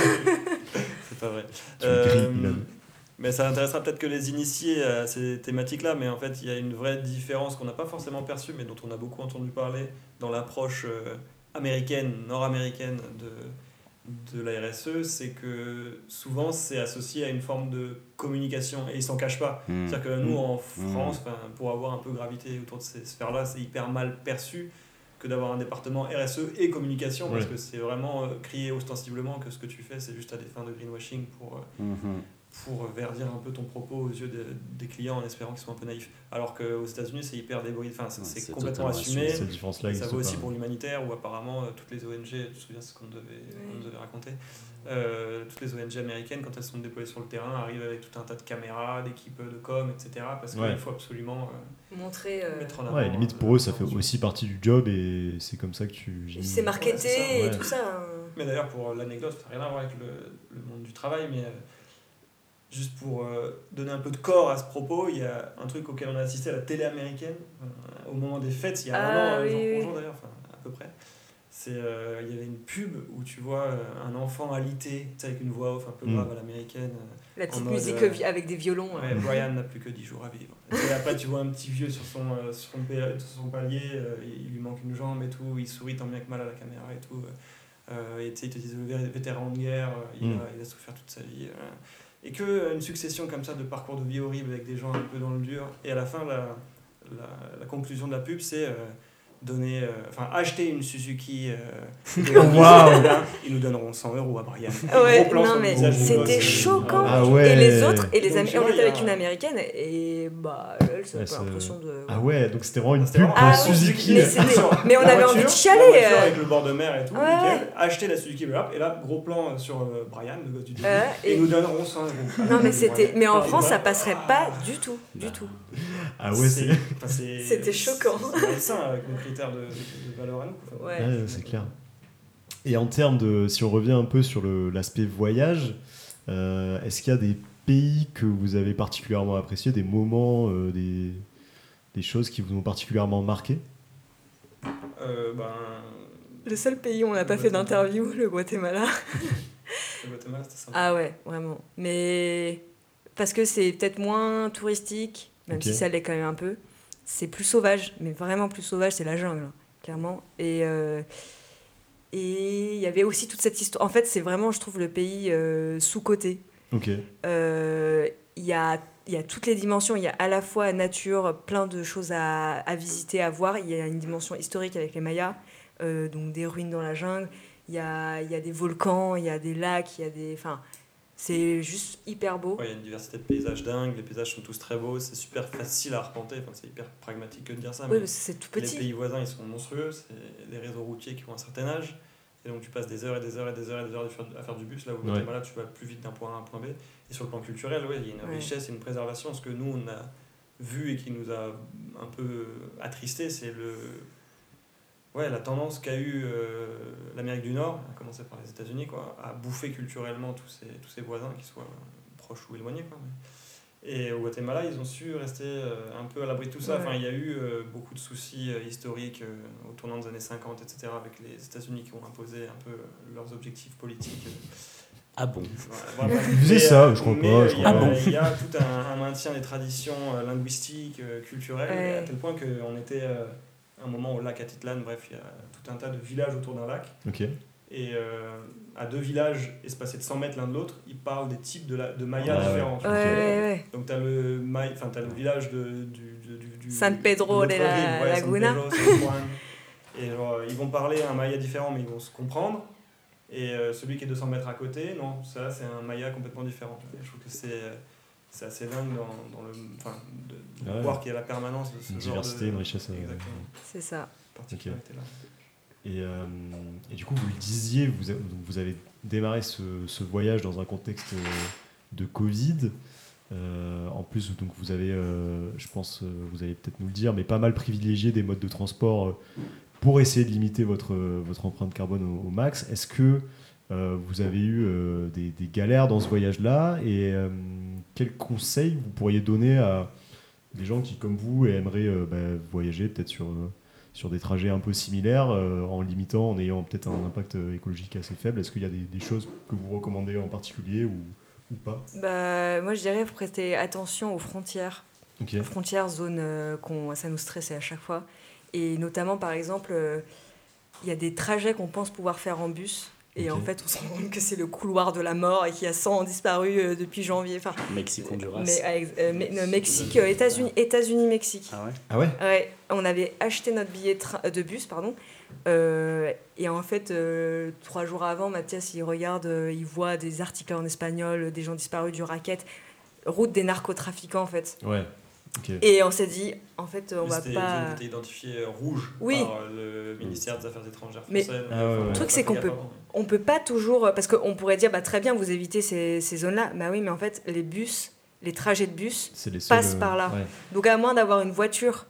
[SPEAKER 3] C'est pas vrai.
[SPEAKER 1] Tu me grilles,
[SPEAKER 3] Euh,
[SPEAKER 1] Ilan.
[SPEAKER 3] mais ça intéressera peut-être que les initiés à ces thématiques-là, mais en fait, il y a une vraie différence qu'on n'a pas forcément perçue, mais dont on a beaucoup entendu parler dans l'approche euh, américaine, nord-américaine de, de la RSE, c'est que souvent, c'est associé à une forme de communication, et ils s'en cachent pas.
[SPEAKER 2] Hmm.
[SPEAKER 3] C'est-à-dire que nous, en France, enfin, pour avoir un peu gravité autour de ces sphères-là, c'est hyper mal perçu que d'avoir un département RSE et communication, parce
[SPEAKER 1] Ouais.
[SPEAKER 3] que c'est vraiment euh, crier ostensiblement que ce que tu fais, c'est juste à des fins de greenwashing pour, euh,
[SPEAKER 2] Mhm.
[SPEAKER 3] pour verdir un peu ton propos aux yeux de- des clients en espérant qu'ils soient un peu naïfs. Alors qu'aux États-Unis, c'est hyper débrouillé, enfin, c'est
[SPEAKER 2] Ouais,
[SPEAKER 3] c'est
[SPEAKER 2] c'est
[SPEAKER 3] complètement
[SPEAKER 2] totalement
[SPEAKER 3] assumé.
[SPEAKER 2] assumé,
[SPEAKER 1] Cette différence-là
[SPEAKER 3] Et ça
[SPEAKER 1] existe
[SPEAKER 3] vaut aussi
[SPEAKER 1] pas.
[SPEAKER 3] pour l'humanitaire, où apparemment euh, toutes les ONG, tu te souviens ce qu'on devait, on nous avait raconté, euh, toutes les ONG américaines, quand elles sont déployées sur le terrain, arrivent avec tout un tas de caméras, d'équipes de com, etc. Parce qu'il
[SPEAKER 1] Ouais.
[SPEAKER 3] faut absolument
[SPEAKER 4] Montrer.
[SPEAKER 3] euh,
[SPEAKER 4] euh,
[SPEAKER 3] mettre en avant.
[SPEAKER 1] Ouais, limite pour eux, ça fait aussi partie du job et c'est comme ça que tu.
[SPEAKER 4] c'est marketé
[SPEAKER 3] Ouais, c'est
[SPEAKER 1] ça,
[SPEAKER 4] et
[SPEAKER 1] ouais.
[SPEAKER 4] tout ça. hein.
[SPEAKER 3] Mais d'ailleurs, pour l'anecdote, ça n'a rien à voir avec le, le monde du travail, mais euh, juste pour euh, donner un peu de corps à ce propos, il y a un truc auquel on a assisté à la télé américaine euh, au moment des fêtes, il y a
[SPEAKER 4] Ah,
[SPEAKER 3] un an, euh,
[SPEAKER 4] oui,
[SPEAKER 3] genre,
[SPEAKER 4] oui.
[SPEAKER 3] bonjour d'ailleurs, enfin, à peu près. C'est, euh, il y avait une pub où tu vois euh, un enfant alité, tu sais, avec une voix off un peu
[SPEAKER 1] Mm.
[SPEAKER 3] grave à l'américaine. euh,
[SPEAKER 4] La petite
[SPEAKER 3] mode,
[SPEAKER 4] musique
[SPEAKER 3] euh,
[SPEAKER 4] vi- avec des violons. hein.
[SPEAKER 3] ouais, Brian n'a plus que 10 jours à vivre. Et après, tu vois un petit vieux sur son, euh, sur son, pa- sur son palier, euh, il lui manque une jambe et tout, il sourit tant bien que mal à la caméra et tout. euh, euh, et tu sais, ils te disent le vé- vétéran de guerre, euh, il,
[SPEAKER 1] Mm.
[SPEAKER 3] a, il a souffert toute sa vie. euh. Et que euh, une succession comme ça de parcours de vie horrible avec des gens un peu dans le dur. Et à la fin, la, la, la conclusion de la pub, c'est euh, donner, euh, enfin acheter une Suzuki. euh, de-
[SPEAKER 1] Waouh.
[SPEAKER 3] Ils nous donneront 100 euros à Brian.
[SPEAKER 4] Ouais,
[SPEAKER 3] Gros plan sur
[SPEAKER 4] non
[SPEAKER 3] le
[SPEAKER 4] mais
[SPEAKER 3] visage du gosse.
[SPEAKER 4] c'était
[SPEAKER 1] c'est-
[SPEAKER 4] choquant.
[SPEAKER 1] Ah ouais.
[SPEAKER 4] Et les autres, et les
[SPEAKER 3] Donc,
[SPEAKER 4] Am-
[SPEAKER 3] tu
[SPEAKER 4] on
[SPEAKER 3] vois,
[SPEAKER 4] était
[SPEAKER 3] il y a-
[SPEAKER 4] avec une américaine et bah elle, ça
[SPEAKER 1] Ouais,
[SPEAKER 4] pas
[SPEAKER 1] c'est-
[SPEAKER 4] l'impression de.
[SPEAKER 1] Ah ouais, donc c'était vraiment une
[SPEAKER 3] C'était
[SPEAKER 1] pub
[SPEAKER 3] vraiment
[SPEAKER 1] pour
[SPEAKER 4] Ah oui,
[SPEAKER 1] Suzuki.
[SPEAKER 4] mais c'était- mais on
[SPEAKER 3] La
[SPEAKER 4] avait
[SPEAKER 3] voiture,
[SPEAKER 4] envie de
[SPEAKER 3] la
[SPEAKER 4] chialer.
[SPEAKER 3] voiture
[SPEAKER 4] euh.
[SPEAKER 3] avec le bord de mer et tout,
[SPEAKER 4] Ouais,
[SPEAKER 3] nickel. Acheter la Suzuki Bebop, et là, gros plan sur euh, Brian, le gosse du début,
[SPEAKER 4] Euh,
[SPEAKER 3] et,
[SPEAKER 4] et-
[SPEAKER 3] nous donnerons 100 euros.
[SPEAKER 4] Non mais c'était,
[SPEAKER 3] Ouais.
[SPEAKER 4] mais en
[SPEAKER 3] Et
[SPEAKER 4] France ça
[SPEAKER 3] voilà.
[SPEAKER 4] passerait pas du tout, du
[SPEAKER 2] Bah,
[SPEAKER 4] tout.
[SPEAKER 1] Ah ouais, c'est. Ouais,
[SPEAKER 3] enfin, c'est-
[SPEAKER 4] C'était choquant.
[SPEAKER 3] C'est c'est malsain avec nos critères de, de valeur à nous. quoi.
[SPEAKER 4] Ouais.
[SPEAKER 1] c'est clair. Et en termes de. Si on revient un peu sur le- l'aspect voyage, euh, est-ce qu'il y a des pays que vous avez particulièrement appréciés, des moments, euh, des, des choses qui vous ont particulièrement marqué
[SPEAKER 3] Euh, ben,
[SPEAKER 4] Le seul pays où on n'a pas
[SPEAKER 3] Bah,
[SPEAKER 4] fait d'interview, le Guatemala.
[SPEAKER 3] le Guatemala, c'était sympa.
[SPEAKER 4] Ah ouais, vraiment. Mais parce que c'est peut-être moins touristique, même
[SPEAKER 1] Ok.
[SPEAKER 4] si ça l'est quand même un peu. C'est plus sauvage, mais vraiment plus sauvage, c'est la jungle, hein, clairement. Et euh, et il y avait aussi toute cette histoire. En fait, c'est vraiment, je trouve, le pays euh, sous-coté.
[SPEAKER 1] Ok.
[SPEAKER 4] Euh, Il y, a, il y a toutes les dimensions. Il y a à la fois nature, plein de choses à, à visiter, à voir. Il y a une dimension historique avec les Mayas, euh, donc des ruines dans la jungle. Il y a, il y a des volcans, il y a des lacs, il y a des. Enfin, c'est juste hyper beau.
[SPEAKER 3] Ouais, Il y a une diversité de paysages dingues, les paysages sont tous très beaux, c'est super facile à arpenter, enfin, c'est hyper pragmatique que de dire ça.
[SPEAKER 4] oui,
[SPEAKER 3] mais-
[SPEAKER 4] parce que c'est tout
[SPEAKER 3] Les
[SPEAKER 4] petit.
[SPEAKER 3] pays voisins, ils sont monstrueux. C'est des réseaux routiers qui ont un certain âge. Et donc, tu passes des heures et des heures et des heures et des heures à faire- à faire du bus. Là où au
[SPEAKER 1] Ouais.
[SPEAKER 3] Guatemala, tu vas plus vite d'un point A à un point B. Et sur le plan culturel, ouais, il y a une
[SPEAKER 4] Ouais.
[SPEAKER 3] richesse et une préservation. Ce que nous, on a vu et qui nous a un peu attristé, c'est le. Ouais, la tendance qu'a eu euh, l'Amérique du Nord, à commencer par les États-Unis, quoi, à bouffer culturellement tous ses, tous ses voisins, qu'ils soient proches ou éloignés. Quoi, mais- Et au Guatemala, ils ont su rester euh, un peu à l'abri de tout ça.
[SPEAKER 4] Ouais.
[SPEAKER 3] Enfin, il y a eu euh, beaucoup de soucis euh, historiques euh, au tournant des années 50, etc., avec les États-Unis qui ont imposé un peu euh, leurs objectifs politiques.
[SPEAKER 2] Ah bon
[SPEAKER 3] Voilà, voilà.
[SPEAKER 1] Ils faisaient
[SPEAKER 3] Mais,
[SPEAKER 1] ça,
[SPEAKER 3] euh,
[SPEAKER 1] je crois
[SPEAKER 3] mais,
[SPEAKER 1] pas,
[SPEAKER 3] euh,
[SPEAKER 1] je
[SPEAKER 3] Il y,
[SPEAKER 1] crois
[SPEAKER 3] a-
[SPEAKER 1] pas.
[SPEAKER 3] il y a tout un, un maintien des traditions euh, linguistiques, euh, culturelles,
[SPEAKER 4] Ouais.
[SPEAKER 3] à tel point qu'on était euh, à un moment au lac Atitlan, bref, il y a tout un tas de villages autour d'un lac.
[SPEAKER 1] Ok.
[SPEAKER 3] Et euh, à deux villages espacés de 100 mètres l'un de l'autre, ils parlent des types de, la, de mayas
[SPEAKER 1] Ah ouais.
[SPEAKER 3] différents.
[SPEAKER 4] Ouais, ouais,
[SPEAKER 3] Donc t'as le, maï- enfin, t'as le village de, du, du- du- du-
[SPEAKER 4] San Pedro
[SPEAKER 3] l'autre
[SPEAKER 4] de la
[SPEAKER 3] ville, ouais, San
[SPEAKER 4] Laguna.
[SPEAKER 3] Pedro, San Juan. et genre, ils vont parler un maya différent, mais ils vont se comprendre. Et euh, celui qui est 200 mètres à côté, non, ça c'est un maya complètement différent. Et je trouve que c'est euh, c'est assez dingue dans, dans le, enfin, de, de
[SPEAKER 1] Ouais.
[SPEAKER 3] voir qu'il y a la permanence de ce
[SPEAKER 1] Une
[SPEAKER 3] genre
[SPEAKER 1] diversité,
[SPEAKER 3] de...
[SPEAKER 1] une richesse, euh,
[SPEAKER 3] Exactement.
[SPEAKER 4] c'est ça.
[SPEAKER 3] Particularité là.
[SPEAKER 1] Et, euh, et du coup, vous le disiez, vous, a- donc vous avez démarré ce, ce voyage dans un contexte euh, de Covid. Euh, en plus, donc vous avez, euh, je pense, euh, vous allez peut-être nous le dire, mais pas mal privilégié des modes de transport euh, pour essayer de limiter votre, euh, votre empreinte carbone au, au max. Est-ce que euh, vous avez eu euh, des, des galères dans ce voyage-là Et euh, quels conseils vous pourriez donner à des gens qui, comme vous, aimeraient euh, bah, voyager peut-être sur... euh, sur des trajets un peu similaires, euh, en limitant, en ayant peut-être un impact euh, écologique assez faible. Est-ce qu'il y a des, des choses que vous recommandez en particulier ou, ou pas
[SPEAKER 4] Bah, moi, je dirais, faut prêter attention aux frontières.
[SPEAKER 1] Ok.
[SPEAKER 4] frontières, zones euh, qu'on, ça nous stressait à chaque fois. Et notamment, par exemple, euh, il y a des trajets qu'on pense pouvoir faire en bus. Et
[SPEAKER 1] Ok.
[SPEAKER 4] en fait, on se rend compte que c'est le couloir de la mort et qu'il y a 100 disparus euh, depuis janvier. Enfin,
[SPEAKER 2] Mexique, Honduras.
[SPEAKER 4] mais, euh, euh, mais- non, Mexique, euh, États-Unis, États-Unis, Mexique.
[SPEAKER 2] Ah ouais
[SPEAKER 1] Ah ouais
[SPEAKER 4] Ouais, on avait acheté notre billet de train- euh, de bus, pardon. Euh, et en fait, euh, trois jours avant, Mathias, il regarde, euh, il voit des articles en espagnol, euh, des gens disparus du racket, route des narcotrafiquants, en fait.
[SPEAKER 1] Ouais. Ok.
[SPEAKER 4] Et on s'est dit, en fait, on
[SPEAKER 3] Mais
[SPEAKER 4] va
[SPEAKER 3] c'était
[SPEAKER 4] pas.
[SPEAKER 3] ils ont été identifiés euh, rouges
[SPEAKER 4] Oui.
[SPEAKER 3] par euh, le ministère des Affaires étrangères
[SPEAKER 4] Mais-
[SPEAKER 3] français. donc,
[SPEAKER 1] Ah ouais,
[SPEAKER 3] enfin,
[SPEAKER 1] ouais.
[SPEAKER 3] on
[SPEAKER 1] Le
[SPEAKER 4] truc,
[SPEAKER 3] a pas
[SPEAKER 4] c'est
[SPEAKER 3] fait
[SPEAKER 4] qu'on
[SPEAKER 3] gaffe hein.
[SPEAKER 4] peut-
[SPEAKER 3] avant.
[SPEAKER 4] On peut pas toujours. Parce qu'on pourrait dire, bah, très bien, vous évitez ces, ces zones-là. Bah oui, mais en fait, les bus, les trajets de bus.
[SPEAKER 1] C'est les
[SPEAKER 4] Passe
[SPEAKER 1] seuls, euh,
[SPEAKER 4] par là.
[SPEAKER 1] ouais.
[SPEAKER 4] Donc, à moins d'avoir une voiture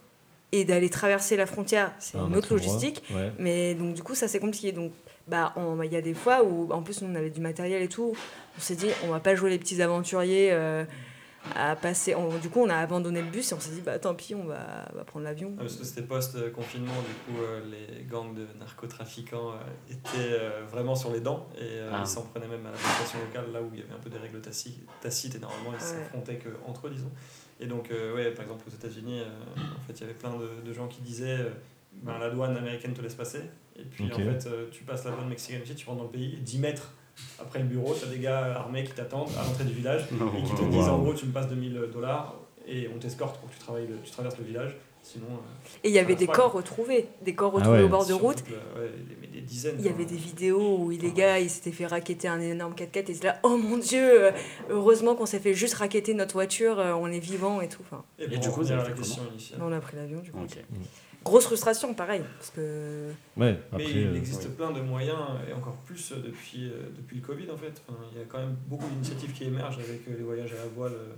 [SPEAKER 4] et d'aller traverser la frontière, c'est
[SPEAKER 1] Un
[SPEAKER 4] une autre
[SPEAKER 1] endroit.
[SPEAKER 4] logistique.
[SPEAKER 1] Ouais.
[SPEAKER 4] Mais donc, du coup, ça, c'est compliqué. Donc, bah, on- il y a des fois où, en plus, nous, on avait du matériel et tout. On s'est dit, on va pas jouer les petits aventuriers. euh, à passer, on- du coup on a abandonné le bus et on s'est dit bah tant pis on va, on va prendre l'avion.
[SPEAKER 3] Ah, parce que c'était post-confinement, du coup, euh, les gangs de narcotrafiquants euh, étaient euh, vraiment sur les dents et euh,
[SPEAKER 2] Ah.
[SPEAKER 3] ils s'en prenaient même à la population locale, là où il y avait un peu des règles taci- tacites et normalement ils
[SPEAKER 4] Ouais.
[SPEAKER 3] s'affrontaient qu'entre eux, disons. Et donc, euh, ouais, par exemple, aux États-Unis, euh, en fait, il y avait plein de, de gens qui disaient euh, ben, la douane américaine te laisse passer, et puis
[SPEAKER 1] Ok.
[SPEAKER 3] en fait, euh, tu passes la douane mexicaine, tu rentres dans le pays, 10 mètres Après le bureau, t'as des gars armés qui t'attendent à l'entrée du village
[SPEAKER 2] Oh,
[SPEAKER 3] et qui te
[SPEAKER 2] Wow.
[SPEAKER 3] disent en gros, tu me passes 2000 dollars et on t'escorte pour que tu, travailles le- tu traverses le village. Sinon, euh,
[SPEAKER 4] Et il y avait des
[SPEAKER 3] Ouais.
[SPEAKER 4] corps retrouvés, des corps
[SPEAKER 1] Ah
[SPEAKER 4] retrouvés
[SPEAKER 1] ouais,
[SPEAKER 4] au bord de
[SPEAKER 3] surtout
[SPEAKER 4] route.
[SPEAKER 3] que, ouais, les- mais des dizaines.
[SPEAKER 4] Il y
[SPEAKER 3] quoi.
[SPEAKER 4] avait des vidéos où les gars, ils s'étaient fait raqueter un énorme 4x4 et c'est là, oh mon dieu, euh, heureusement qu'on s'est fait juste raqueter notre voiture, euh, on est vivant et tout. Enfin,
[SPEAKER 3] Et,
[SPEAKER 2] du
[SPEAKER 3] du
[SPEAKER 2] coup,
[SPEAKER 3] coup,
[SPEAKER 2] vous avez
[SPEAKER 3] la
[SPEAKER 2] fait
[SPEAKER 3] question initiale.
[SPEAKER 4] on a pris l'avion du coup.
[SPEAKER 2] Ok.
[SPEAKER 4] Grosse frustration, pareil, parce que
[SPEAKER 1] Ouais, après.
[SPEAKER 3] mais il
[SPEAKER 1] euh,
[SPEAKER 3] existe
[SPEAKER 2] oui.
[SPEAKER 3] plein de moyens, et encore plus depuis, euh, depuis le Covid en fait. Enfin, il y a quand même beaucoup d'initiatives qui émergent avec euh, les voyages à la voile euh,